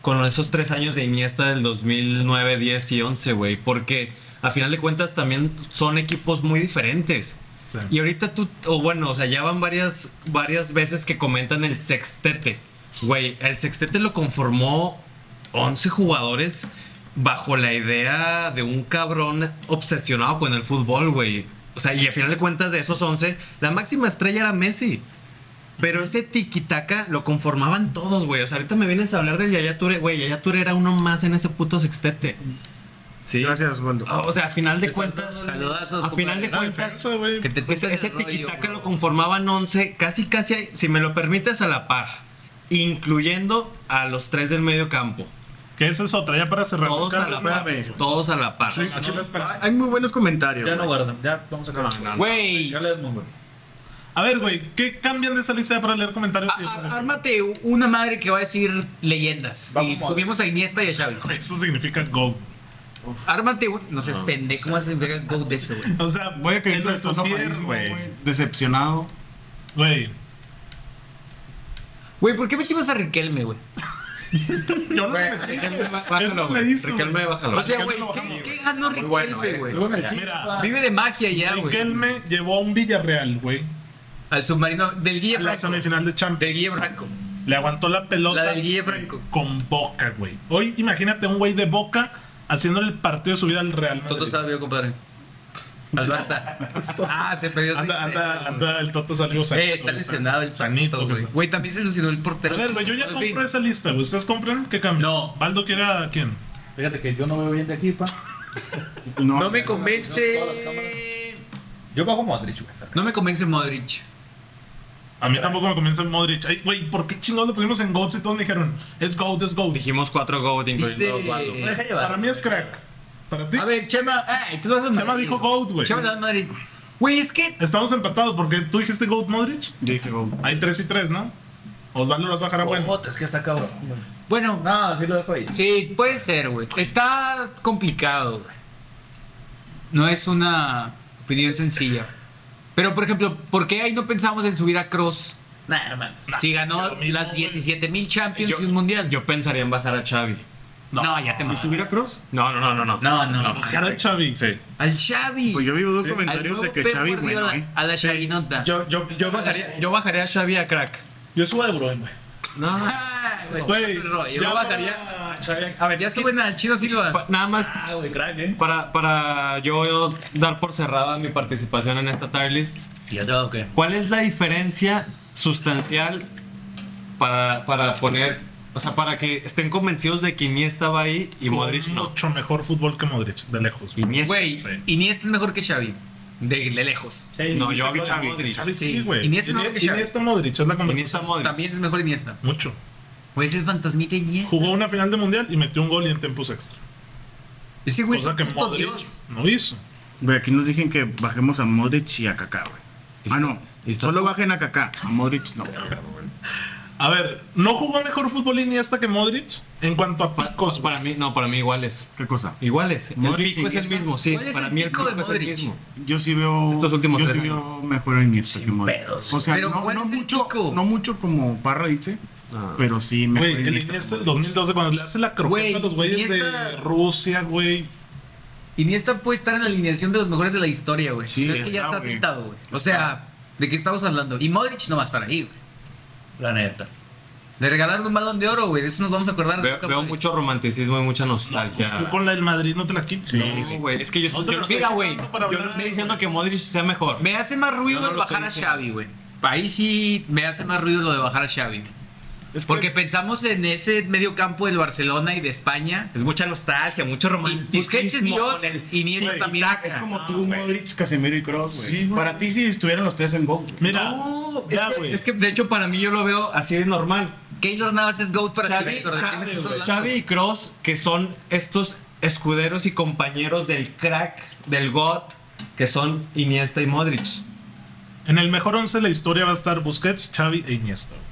Speaker 3: con esos tres años de Iniesta del 2009, 10 y 11, güey. Porque a final de cuentas también son equipos muy diferentes.
Speaker 1: Sí.
Speaker 3: Y ahorita tú, o bueno, o sea, ya van varias, varias veces que comentan el sextete. Güey, el sextete lo conformó 11 jugadores bajo la idea de un cabrón obsesionado con el fútbol, güey. O sea, y al final de cuentas de esos 11, la máxima estrella era Messi. Pero ese tiquitaca lo conformaban todos, güey. O sea, ahorita me vienes a hablar del Yaya Touré. Güey, Yaya Touré era uno más en ese puto sextete. Sí. Ah,
Speaker 2: Gracias, Osvaldo.
Speaker 3: O sea, a final de cuentas.
Speaker 8: Saludazos,
Speaker 3: A final de
Speaker 8: compadre.
Speaker 1: Era
Speaker 3: cuentas.
Speaker 1: defensa, güey.
Speaker 8: Que te
Speaker 3: Ese,
Speaker 8: quites
Speaker 3: ese
Speaker 8: el rollo,
Speaker 3: tiquitaca
Speaker 8: güey.
Speaker 3: lo conformaban 11, casi, casi, si me lo permites, a la par. Incluyendo a los tres del medio campo.
Speaker 1: Que esa es otra, ya para cerrar. los
Speaker 3: Todos a la
Speaker 1: cambios,
Speaker 3: par.
Speaker 1: güey.
Speaker 3: Todos a la par.
Speaker 1: Sí, sí, sí, la espera.
Speaker 2: Hay muy buenos comentarios.
Speaker 7: Ya no
Speaker 2: güey.
Speaker 7: guardan. Ya vamos a acabar.
Speaker 4: Güey,
Speaker 7: Ya le desmo, güey.
Speaker 1: A ver, güey, ¿qué cambian de esa lista para leer comentarios?
Speaker 4: a- a- ármate una madre que va a decir leyendas.
Speaker 7: Va
Speaker 4: Y
Speaker 7: como-
Speaker 4: subimos a Iniesta y a Xavi.
Speaker 1: Eso significa go.
Speaker 4: Ármate un... No seas pendejo, ¿cómo haces ver Go de eso, güey?
Speaker 1: O sea,
Speaker 2: Voy a caer
Speaker 1: el
Speaker 2: en tu
Speaker 1: resotier,
Speaker 2: güey. Decepcionado.
Speaker 1: Güey,
Speaker 4: Güey, ¿por qué metimos a Riquelme, güey?
Speaker 1: yo no me metí.
Speaker 4: Riquelme,
Speaker 1: Él no
Speaker 4: bájalo,
Speaker 1: me
Speaker 4: güey.
Speaker 1: hizo,
Speaker 3: Riquelme,
Speaker 1: güey.
Speaker 3: bájalo.
Speaker 4: O sea,
Speaker 1: Riquelme
Speaker 4: güey,
Speaker 1: lo bajamos,
Speaker 4: ¿qué,
Speaker 1: güey.
Speaker 4: qué ganó
Speaker 7: Muy bueno,
Speaker 4: Riquelme,
Speaker 7: eh.
Speaker 4: güey?
Speaker 7: Súbeme aquí.
Speaker 1: Mira,
Speaker 4: Vive de magia ya, güey.
Speaker 1: Riquelme llevó a un Villarreal, güey,
Speaker 4: Al submarino del
Speaker 1: a
Speaker 4: Guille
Speaker 1: la
Speaker 4: Franco.
Speaker 1: semifinal de Champions.
Speaker 4: Del Guille Franco.
Speaker 1: Le aguantó la pelota.
Speaker 4: La del Guille Franco.
Speaker 1: Con Boca, güey. Hoy imagínate un güey de Boca haciendo el partido de su vida al Real Madrid.
Speaker 8: Toto salió, compadre. Al Barça. ah, se perdió.
Speaker 1: anda, anda,
Speaker 8: 6-0,
Speaker 1: anda, el Toto salió sanito,
Speaker 8: Eh, está
Speaker 1: güey.
Speaker 8: lesionado el
Speaker 1: Sanito,
Speaker 8: sanito, güey.
Speaker 1: güey.
Speaker 8: Güey, también se ilusionó el portero.
Speaker 1: A ver, güey, yo ya
Speaker 8: Al
Speaker 1: compro
Speaker 8: fin.
Speaker 1: esa lista, güey. ¿Ustedes compran? ¿Qué cambio?
Speaker 8: No.
Speaker 1: ¿Valdo quiere a quién?
Speaker 7: Fíjate que yo no veo bien de aquí, pa.
Speaker 2: No,
Speaker 8: No me
Speaker 7: Todas las
Speaker 8: convence.
Speaker 7: Yo bajo Modric, güey.
Speaker 8: No me convence Modric.
Speaker 1: A mí tampoco me convence Modric. Ay, güey, ¿por qué chingados lo pusimos en Goats y todos me dijeron, es Goat, es Goat?
Speaker 3: Dijimos cuatro goals, incluyendo
Speaker 8: Dice-
Speaker 3: Osvaldo.
Speaker 8: Me deja
Speaker 1: Para mí es crack. Para ti.
Speaker 4: A ver, Chema. Ay, tú vas a
Speaker 1: Chema dijo Goat, güey.
Speaker 4: Chema le vas a Madrid. Güey, es que.
Speaker 1: Estamos empatados porque tú dijiste Goat Modric.
Speaker 2: Yo dije, güey.
Speaker 1: Hay 3 y 3, ¿no? Osvaldo lo vas a dejar a bueno.
Speaker 7: Es que está cabrón. güey.
Speaker 4: Bueno,
Speaker 7: No, sí lo dejo ahí.
Speaker 4: sí, puede ser, güey. Está complicado, güey. No es una opinión sencilla. Pero, por ejemplo, ¿por qué ahí no pensamos en subir a Cross?
Speaker 8: Nah, hermano.
Speaker 4: Si
Speaker 1: es
Speaker 4: ganó
Speaker 1: que lo mismo,
Speaker 4: las
Speaker 1: güey.
Speaker 4: 17.000 Champions
Speaker 3: Yo-
Speaker 4: y un Mundial.
Speaker 3: Yo pensaría en bajar a Xavi. No.
Speaker 4: No, ya te
Speaker 2: ¿Y
Speaker 4: mamas.
Speaker 2: subir a Cross?
Speaker 3: No, no, no, no. No,
Speaker 4: No, no. no.
Speaker 1: Bajar a Xavi.
Speaker 3: Sí.
Speaker 4: Al Xavi.
Speaker 2: Pues yo vi dos
Speaker 7: Sí.
Speaker 4: al
Speaker 2: comentarios
Speaker 4: nuevo
Speaker 2: de que
Speaker 4: Pep
Speaker 2: Xavi,
Speaker 4: Guardiola,
Speaker 2: bueno, eh.
Speaker 4: A la Xavinota.
Speaker 7: Yo, yo, yo,
Speaker 3: Yo bajaría, yo bajaría a Xavi a crack.
Speaker 7: yo subo de Bruyne, güey.
Speaker 3: No.
Speaker 4: Ah,
Speaker 1: Güey,
Speaker 4: qué rollo.
Speaker 1: ya
Speaker 4: Yo bajaría-
Speaker 7: Ah, Xavi, A ver,
Speaker 4: Ya suben al Chino Silva.
Speaker 3: Pa- Nada más
Speaker 7: Ah, güey, crack, eh.
Speaker 3: para, para yo, yo dar por cerrada mi participación en esta tier list.
Speaker 4: ¿Ya se va o qué?
Speaker 3: ¿Cuál es la diferencia sustancial para, para poner, o sea, para que estén convencidos de que Iniesta va ahí y Modric no?
Speaker 1: Mucho mejor fútbol que Modric, de lejos.
Speaker 3: Iniesta.
Speaker 4: Güey,
Speaker 1: Sí.
Speaker 4: Iniesta es mejor que Xavi. De, de lejos.
Speaker 7: Sí,
Speaker 3: no, yo
Speaker 2: que
Speaker 3: hablo de
Speaker 2: Xavi,
Speaker 3: Modric.
Speaker 1: Xavi
Speaker 4: Sí.
Speaker 1: sí, güey.
Speaker 4: Iniesta no, que
Speaker 1: Ini-
Speaker 4: Xavi.
Speaker 1: Iniesta Modric es la
Speaker 3: Iniesta
Speaker 1: conversación.
Speaker 3: Modric.
Speaker 4: También es mejor Iniesta.
Speaker 1: Mucho.
Speaker 4: Güey, es Pues el fantasmita Iniesta.
Speaker 1: Jugó una final de mundial y metió un gol y en tiempos extra.
Speaker 4: Ese güey es
Speaker 1: Cosa
Speaker 4: un
Speaker 1: que
Speaker 4: puto
Speaker 1: Modric
Speaker 4: dios.
Speaker 1: no hizo.
Speaker 2: Güey, aquí nos dijeron que bajemos a Modric y a Kaká, güey. Ah, no.
Speaker 3: y está-
Speaker 2: Solo bajen a Kaká. A Modric no.
Speaker 1: A ver, ¿no jugó mejor fútbol Iniesta que Modric? En cuanto a
Speaker 3: Pa-
Speaker 1: picos,
Speaker 3: Pues para mí, no, para mí iguales.
Speaker 2: ¿Qué cosa?
Speaker 3: Iguales.
Speaker 2: Modric,
Speaker 3: el pico es el
Speaker 2: Iniesta.
Speaker 3: mismo, sí.
Speaker 4: ¿Cuál es
Speaker 3: Para
Speaker 4: el
Speaker 3: mí el
Speaker 4: pico
Speaker 3: pico,
Speaker 4: de
Speaker 3: es el
Speaker 4: Modric?
Speaker 3: mismo.
Speaker 2: Yo sí veo.
Speaker 3: Estos últimos
Speaker 2: yo
Speaker 3: tres
Speaker 2: sí
Speaker 3: años.
Speaker 2: veo mejor a Iniesta que Modric.
Speaker 4: pedos.
Speaker 2: O sea,
Speaker 4: Pero
Speaker 2: no,
Speaker 4: ¿cuál
Speaker 2: no
Speaker 4: es el
Speaker 2: mucho,
Speaker 4: pico?
Speaker 2: no mucho como Parra dice,
Speaker 3: Ah.
Speaker 2: pero sí mejor
Speaker 1: Güey, el Iniesta del 2012, cuando le hace la croqueta
Speaker 4: Güey,
Speaker 1: a los güeyes de
Speaker 4: Iniesta-
Speaker 1: Rusia, güey.
Speaker 4: Iniesta puede estar en la alineación de los mejores de la historia, güey.
Speaker 2: Sí,
Speaker 4: Pero es que ya
Speaker 2: está,
Speaker 4: está
Speaker 2: güey.
Speaker 4: sentado, güey. O sea, ¿de qué estamos hablando? Y Modric no va a estar ahí, güey.
Speaker 7: La neta.
Speaker 4: Le regalaron un balón de oro, güey. De eso nos vamos a acordar.
Speaker 3: Veo,
Speaker 4: nunca,
Speaker 3: veo
Speaker 4: Ah, Modric.
Speaker 3: mucho romanticismo y mucha nostalgia.
Speaker 1: Pues tú con la del Madrid no te la quites.
Speaker 3: No, güey, es que yo,
Speaker 1: No te
Speaker 3: yo
Speaker 1: lo
Speaker 3: no-
Speaker 1: estoy
Speaker 3: mira, güey,
Speaker 1: quitando para
Speaker 3: yo no
Speaker 1: hablar,
Speaker 3: estoy
Speaker 1: güey.
Speaker 3: diciendo que Modric sea mejor.
Speaker 4: Me hace más ruido
Speaker 3: Yo no
Speaker 4: el
Speaker 3: lo estoy
Speaker 4: bajar a
Speaker 3: diciendo.
Speaker 4: Xavi, güey. Ahí sí me hace más ruido lo de bajar a Xavi.
Speaker 2: Es que-
Speaker 4: Porque pensamos en ese medio campo del Barcelona y de España.
Speaker 9: Es mucha nostalgia, mucho
Speaker 4: Y Busquets es
Speaker 9: romanticismo.
Speaker 4: Dios
Speaker 9: con el-
Speaker 4: y Iniesta
Speaker 1: Güey,
Speaker 4: también.
Speaker 2: Es como tú, Modric, Casemiro y Cross, güey. Para ti si estuvieran los tres en gol. güey.
Speaker 1: Mira,
Speaker 3: No,
Speaker 1: ya,
Speaker 3: es,
Speaker 1: güey.
Speaker 3: que, es que, de hecho para mí yo lo veo así de normal.
Speaker 4: Keylor Navas es GOAT para ti,
Speaker 3: Xavi,
Speaker 4: Víctor. ¿De qué me
Speaker 3: Xavi,
Speaker 4: estás
Speaker 3: güey.
Speaker 4: hablando?
Speaker 3: Xavi y Cross, que son estos escuderos y compañeros del crack, del God, que son Iniesta y Modric.
Speaker 1: En el mejor 11 de la historia va a estar Busquets, Xavi e Iniesta. güey.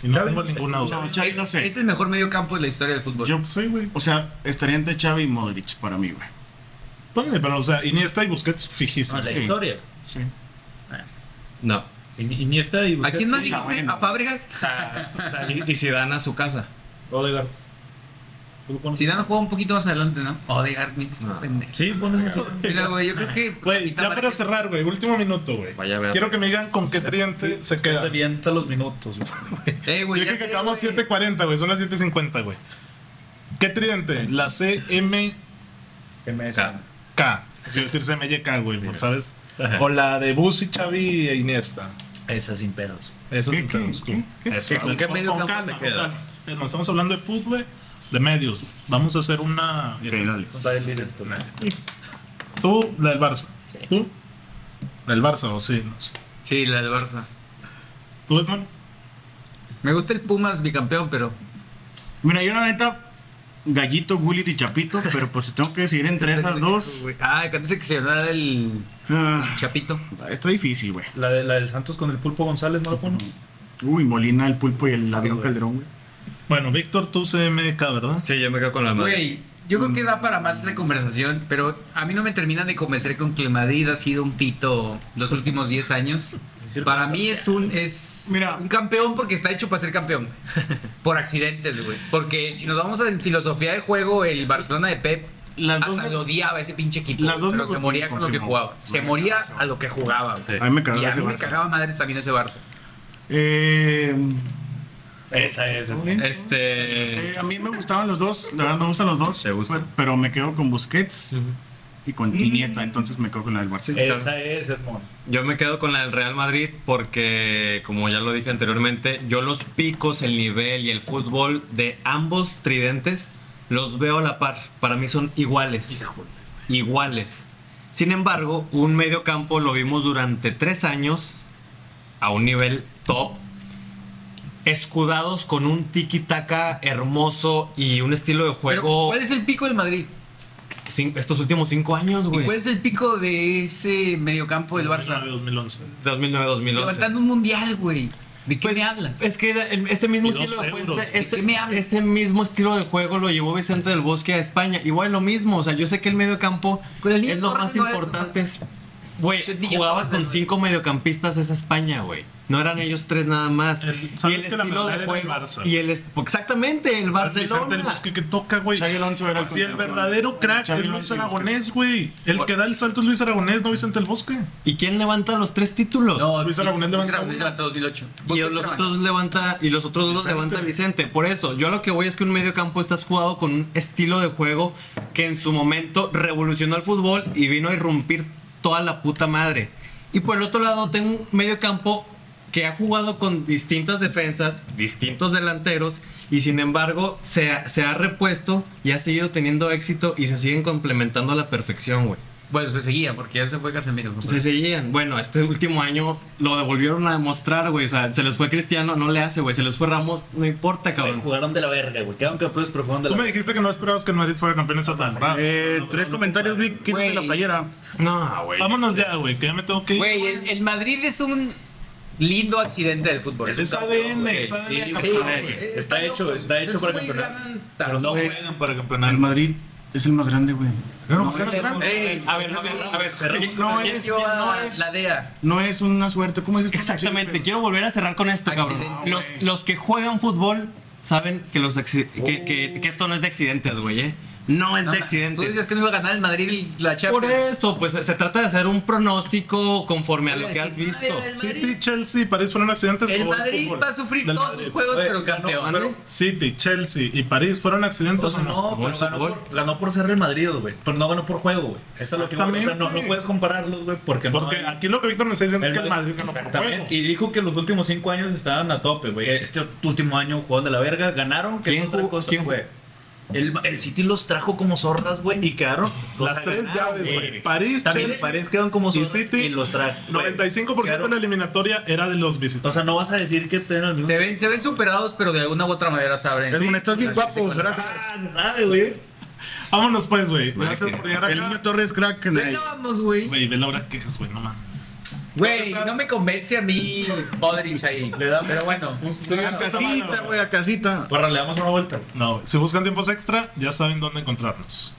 Speaker 1: Y no tengo ninguna duda.
Speaker 2: No, Xavi,
Speaker 4: Es,
Speaker 2: no sé.
Speaker 4: es el mejor medio campo de la historia del fútbol.
Speaker 2: Yo-
Speaker 1: Sí, güey.
Speaker 2: O sea, estaría entre Xavi y Modric para mí, güey.
Speaker 1: Ponle, pero o sea, Iniesta y Busquets
Speaker 7: No,
Speaker 1: fijísimos.
Speaker 7: Ah, la
Speaker 2: Sí.
Speaker 7: historia.
Speaker 3: No.
Speaker 7: Ini- Iniesta y
Speaker 4: ¿A quién más
Speaker 7: sí.
Speaker 4: dijiste?
Speaker 2: bueno.
Speaker 4: ¿A Fábregas?
Speaker 7: O sea, o sea,
Speaker 3: Y, y Zidane a su casa.
Speaker 7: Odegaard. ¿Tú lo pones?
Speaker 4: Zidane juega un poquito más adelante, ¿no? Odegaard, mira, este
Speaker 3: No.
Speaker 4: pendejo.
Speaker 7: Sí, pones eso.
Speaker 4: Mira, güey, yo creo que...
Speaker 1: Güey, ya para
Speaker 4: Marquez-
Speaker 1: cerrar, güey. Último minuto, güey.
Speaker 3: Vaya a ver.
Speaker 1: Quiero que me digan con qué tridente se queda. Yo
Speaker 7: Revienta los minutos, güey.
Speaker 4: Eh, güey, ya
Speaker 1: creo que
Speaker 4: sé,
Speaker 1: acabamos
Speaker 4: güey.
Speaker 1: 7.40, güey. Son las 7.50, güey. ¿Qué tridente? La CMK.
Speaker 7: Que me
Speaker 1: Si decir CMYK, güey, por- ¿sabes? O la de Busi, Xavi e Iniesta.
Speaker 7: Esa sin pedos.
Speaker 1: Eso
Speaker 2: ¿Qué,
Speaker 1: sí.
Speaker 2: qué, qué?
Speaker 1: Eso,
Speaker 4: ¿Con qué medio campo te
Speaker 1: con
Speaker 4: quedas?
Speaker 1: calma. Es más, Estamos hablando de fútbol, güey, de medios. Vamos a hacer una.
Speaker 2: Ok, dale.
Speaker 7: Está bien directo.
Speaker 1: Tú, la del Barça. Tú, la del Barça, o sí. no sé.
Speaker 4: Sí, la del Barça.
Speaker 1: Tú, Edman.
Speaker 4: Me gusta el Pumas bicampeón, pero...
Speaker 2: Mira, yo la neta, Gallito, Gullit y Chapito, pero pues tengo que decidir entre esas dos.
Speaker 4: Ah, antes de que se llenara el
Speaker 2: Ah,
Speaker 4: chapito.
Speaker 2: está difícil, güey.
Speaker 7: La, de, la del Santos con el Pulpo González, ¿no lo pones?
Speaker 2: Uy, Molina, el pulpo y el avión
Speaker 7: güey.
Speaker 2: Calderón, güey.
Speaker 1: Bueno, Víctor, tú CMK, ¿verdad?
Speaker 3: Sí, yo me quedo con la madre.
Speaker 4: Güey, yo
Speaker 2: Mm.
Speaker 4: creo que da para más esa conversación, pero a mí no me terminan de convencer con que el Madrid ha sido un pito los últimos 10 años. Para mí es un es
Speaker 2: Mira.
Speaker 4: un campeón porque está hecho para ser campeón. Por accidentes, güey. Porque si nos vamos a en filosofía de juego, el Barcelona de Pep
Speaker 2: Las dos
Speaker 4: hasta
Speaker 2: me-
Speaker 4: lo odiaba a ese pinche equipo.
Speaker 2: Las dos
Speaker 4: pero
Speaker 2: me
Speaker 4: se moría con lo que
Speaker 2: confirmó.
Speaker 4: jugaba. Se moría a lo que jugaba. güey.
Speaker 2: A mí me cagaba
Speaker 4: Y a
Speaker 2: ese
Speaker 4: mí me
Speaker 2: Barça.
Speaker 4: cagaba madres también ese Barça.
Speaker 2: Eh,
Speaker 7: Esa es.
Speaker 3: Este.
Speaker 2: eh, a mí me gustaban los dos, la verdad me gustan los dos.
Speaker 3: Te gustan.
Speaker 2: pe- Pero me quedo con Busquets y con
Speaker 1: Mm.
Speaker 2: Iniesta, entonces me quedo con la del Barça.
Speaker 7: Esa es, Edmond.
Speaker 3: Yo me quedo con la del Real Madrid porque, como ya lo dije anteriormente, yo los picos, el nivel y el fútbol de ambos tridentes los veo a la par. Para mí son iguales. Iguales. Sin embargo, un medio campo lo vimos durante tres años a un nivel top, escudados con un tiki-taka hermoso y un estilo de
Speaker 4: Pero,
Speaker 3: juego
Speaker 4: ¿Cuál es el pico del Madrid?
Speaker 3: cin- estos últimos cinco años,
Speaker 4: ¿Y cuál
Speaker 3: güey.
Speaker 4: es el pico de ese mediocampo del
Speaker 2: Pues,
Speaker 4: Barça?
Speaker 1: 2009-2011.
Speaker 3: 2009-2011.
Speaker 4: Levantando un mundial, güey. ¿De qué
Speaker 3: Pues,
Speaker 4: me hablas?
Speaker 3: Es que era el- ese mismo
Speaker 1: Y dos
Speaker 3: estilo de
Speaker 1: euros,
Speaker 3: juego,
Speaker 1: güey.
Speaker 4: ¿De
Speaker 3: ese,
Speaker 4: qué me hablas?
Speaker 3: ese mismo estilo de juego lo llevó Vicente del Bosque a España. Igual lo mismo, o sea, yo sé que el medio campo
Speaker 4: Con el niño
Speaker 3: es lo
Speaker 4: Torres
Speaker 3: más
Speaker 4: no era-
Speaker 3: importante, es- Güey,
Speaker 10: Shit, ni yo
Speaker 3: jugaba
Speaker 10: estaba
Speaker 3: con
Speaker 10: haciendo-
Speaker 3: cinco mediocampistas esa España, güey. No eran ellos tres nada más.
Speaker 1: El- sabes que la verdad era el Barça.
Speaker 3: Y el, est- exactamente, el
Speaker 1: Así es el
Speaker 3: Barcelona.
Speaker 1: busque que toca, güey.
Speaker 2: Xavi Alonso era el
Speaker 1: Así el
Speaker 2: contención.
Speaker 1: verdadero crack
Speaker 2: Xavi
Speaker 1: es Luis
Speaker 2: Alonso y
Speaker 1: Aragonés, güey. El que da el salto es Luis Aragonés, no Vicente el Bosque.
Speaker 3: ¿Y quién levanta los tres títulos?
Speaker 1: Luis Aragonés levanta uno.
Speaker 10: levantó 2008.
Speaker 3: Y
Speaker 4: Pues
Speaker 10: Busquets
Speaker 3: los
Speaker 10: levantó.
Speaker 3: otros levanta y los otros los
Speaker 1: Vicente.
Speaker 3: levanta Vicente. Por eso, yo a lo que voy es que un medio campo estás jugado con un estilo de juego que en su momento revolucionó el fútbol y vino a irrumpir toda la puta madre. Y por el otro lado tengo un medio campo que ha jugado con distintas defensas, distintos delanteros y sin embargo se, ha- se ha repuesto y ha seguido teniendo éxito y se siguen complementando a la perfección, güey.
Speaker 10: Bueno, se seguía porque ya se fue Casemiro. ¿no?
Speaker 3: Se seguían. Bueno, este último año lo devolvieron a demostrar, güey. O sea, se les fue Cristiano, no le hace, güey. Se les fue Ramos, no importa,
Speaker 7: Güey,
Speaker 3: cabrón.
Speaker 7: Jugaron de la verga, güey. Quedaron campeones, pero fueron de
Speaker 1: Tú
Speaker 7: la
Speaker 1: me dijiste que no esperabas que el Madrid fuera campeón esta temporada.
Speaker 2: Eh, tres comentarios, Vic. Quítate
Speaker 10: Güey.
Speaker 2: la playera.
Speaker 3: No, güey.
Speaker 1: Vámonos ya, güey, que ya me tengo que ir.
Speaker 10: Güey, el, el Madrid es un lindo accidente del fútbol.
Speaker 1: es ADN, es ADN.
Speaker 7: Sí,
Speaker 1: campeón,
Speaker 7: sí,
Speaker 1: güey.
Speaker 7: güey. Está hecho, está hecho para campeonar. Pero no juegan para campeonar.
Speaker 2: El Madrid es el más grande, güey.
Speaker 1: No, no, no,
Speaker 7: Ey,
Speaker 3: A ver, a ver, a ver.
Speaker 7: cerramos con
Speaker 2: No
Speaker 7: la-
Speaker 2: es, no
Speaker 10: La,
Speaker 2: es,
Speaker 10: la DEA.
Speaker 2: no es una suerte. ¿Cómo dices tú?
Speaker 3: Exactamente. Quiero volver a cerrar con esto, cabrón.
Speaker 10: Accidente.
Speaker 3: Los, los que juegan fútbol saben que, los acci- que, que- que esto no es de accidentes, güey, ¿eh? No es de
Speaker 10: Tú
Speaker 3: accidentes.
Speaker 10: dices que no iba a ganar el Madrid y la
Speaker 3: Por
Speaker 10: Champions.
Speaker 3: eso, pues se trata de hacer un pronóstico conforme a lo que has
Speaker 10: Decir,
Speaker 3: visto.
Speaker 10: "Ay, el
Speaker 1: City,
Speaker 10: Madrid-
Speaker 1: Chelsea y París fueron accidentes.
Speaker 10: El
Speaker 1: o el
Speaker 10: Madrid
Speaker 1: fútbol
Speaker 10: va a sufrir
Speaker 1: del
Speaker 10: todos
Speaker 1: Madrid?
Speaker 10: sus juegos,
Speaker 7: Güey,
Speaker 10: pero
Speaker 7: no,
Speaker 10: campeón.
Speaker 1: ¿eh?
Speaker 7: pero-
Speaker 1: City, Chelsea y París fueron accidentes.
Speaker 7: O sea, no,
Speaker 3: No,
Speaker 7: pero
Speaker 3: es
Speaker 7: ganó
Speaker 3: fútbol.
Speaker 7: por, ganó por ser Real Madrid, güey. Pero no ganó por juego, güey. Eso es lo que voy. O sea, no, no
Speaker 1: Exactamente.
Speaker 7: puedes compararlos, güey, porque, no
Speaker 1: Porque
Speaker 7: hay-
Speaker 1: aquí lo que Víctor nos está diciendo es que el Madrid ganó por juego.
Speaker 7: Exactamente. Y dijo que los últimos cinco años estaban a tope, güey. Este último año jugaron de la verga, ganaron, que
Speaker 3: ¿Quién
Speaker 7: es otra
Speaker 3: jugó-
Speaker 7: cosa,
Speaker 3: quién
Speaker 7: güey. El, el City los trajo como zorras, güey, y quedaron. o
Speaker 1: Las
Speaker 7: sea,
Speaker 1: tres
Speaker 7: ganaron,
Speaker 1: llaves, güey. París,
Speaker 7: También
Speaker 1: Chelsea
Speaker 7: París quedaron como
Speaker 1: y
Speaker 7: zorras y,
Speaker 1: City.
Speaker 7: los trajo. güey.
Speaker 1: 95% de la
Speaker 7: Quedaron-
Speaker 1: eliminatoria era de los
Speaker 7: O
Speaker 1: visitantes.
Speaker 7: sea, no vas a decir que tenían el mismo.
Speaker 10: Se ven, se ven superados, pero de alguna u otra manera saben.
Speaker 2: Edmund, estás bien
Speaker 10: Sí,
Speaker 2: guapo.
Speaker 10: sí, sí.
Speaker 2: Gracias.
Speaker 7: se sabe, güey.
Speaker 1: Vámonos pues, güey. Gracias por llegar
Speaker 2: El niño
Speaker 1: acá.
Speaker 2: Torres, crack.
Speaker 10: Ya acabamos, güey.
Speaker 1: Güey, ve la hora que es, güey, no mames.
Speaker 10: Güey, no me convence a mí Modric ahí. le da- Pero bueno.
Speaker 2: A casita, güey, a casita.
Speaker 7: Porra, le damos una vuelta, güey.
Speaker 1: No, güey. Si buscan tiempos extra, ya saben dónde encontrarnos.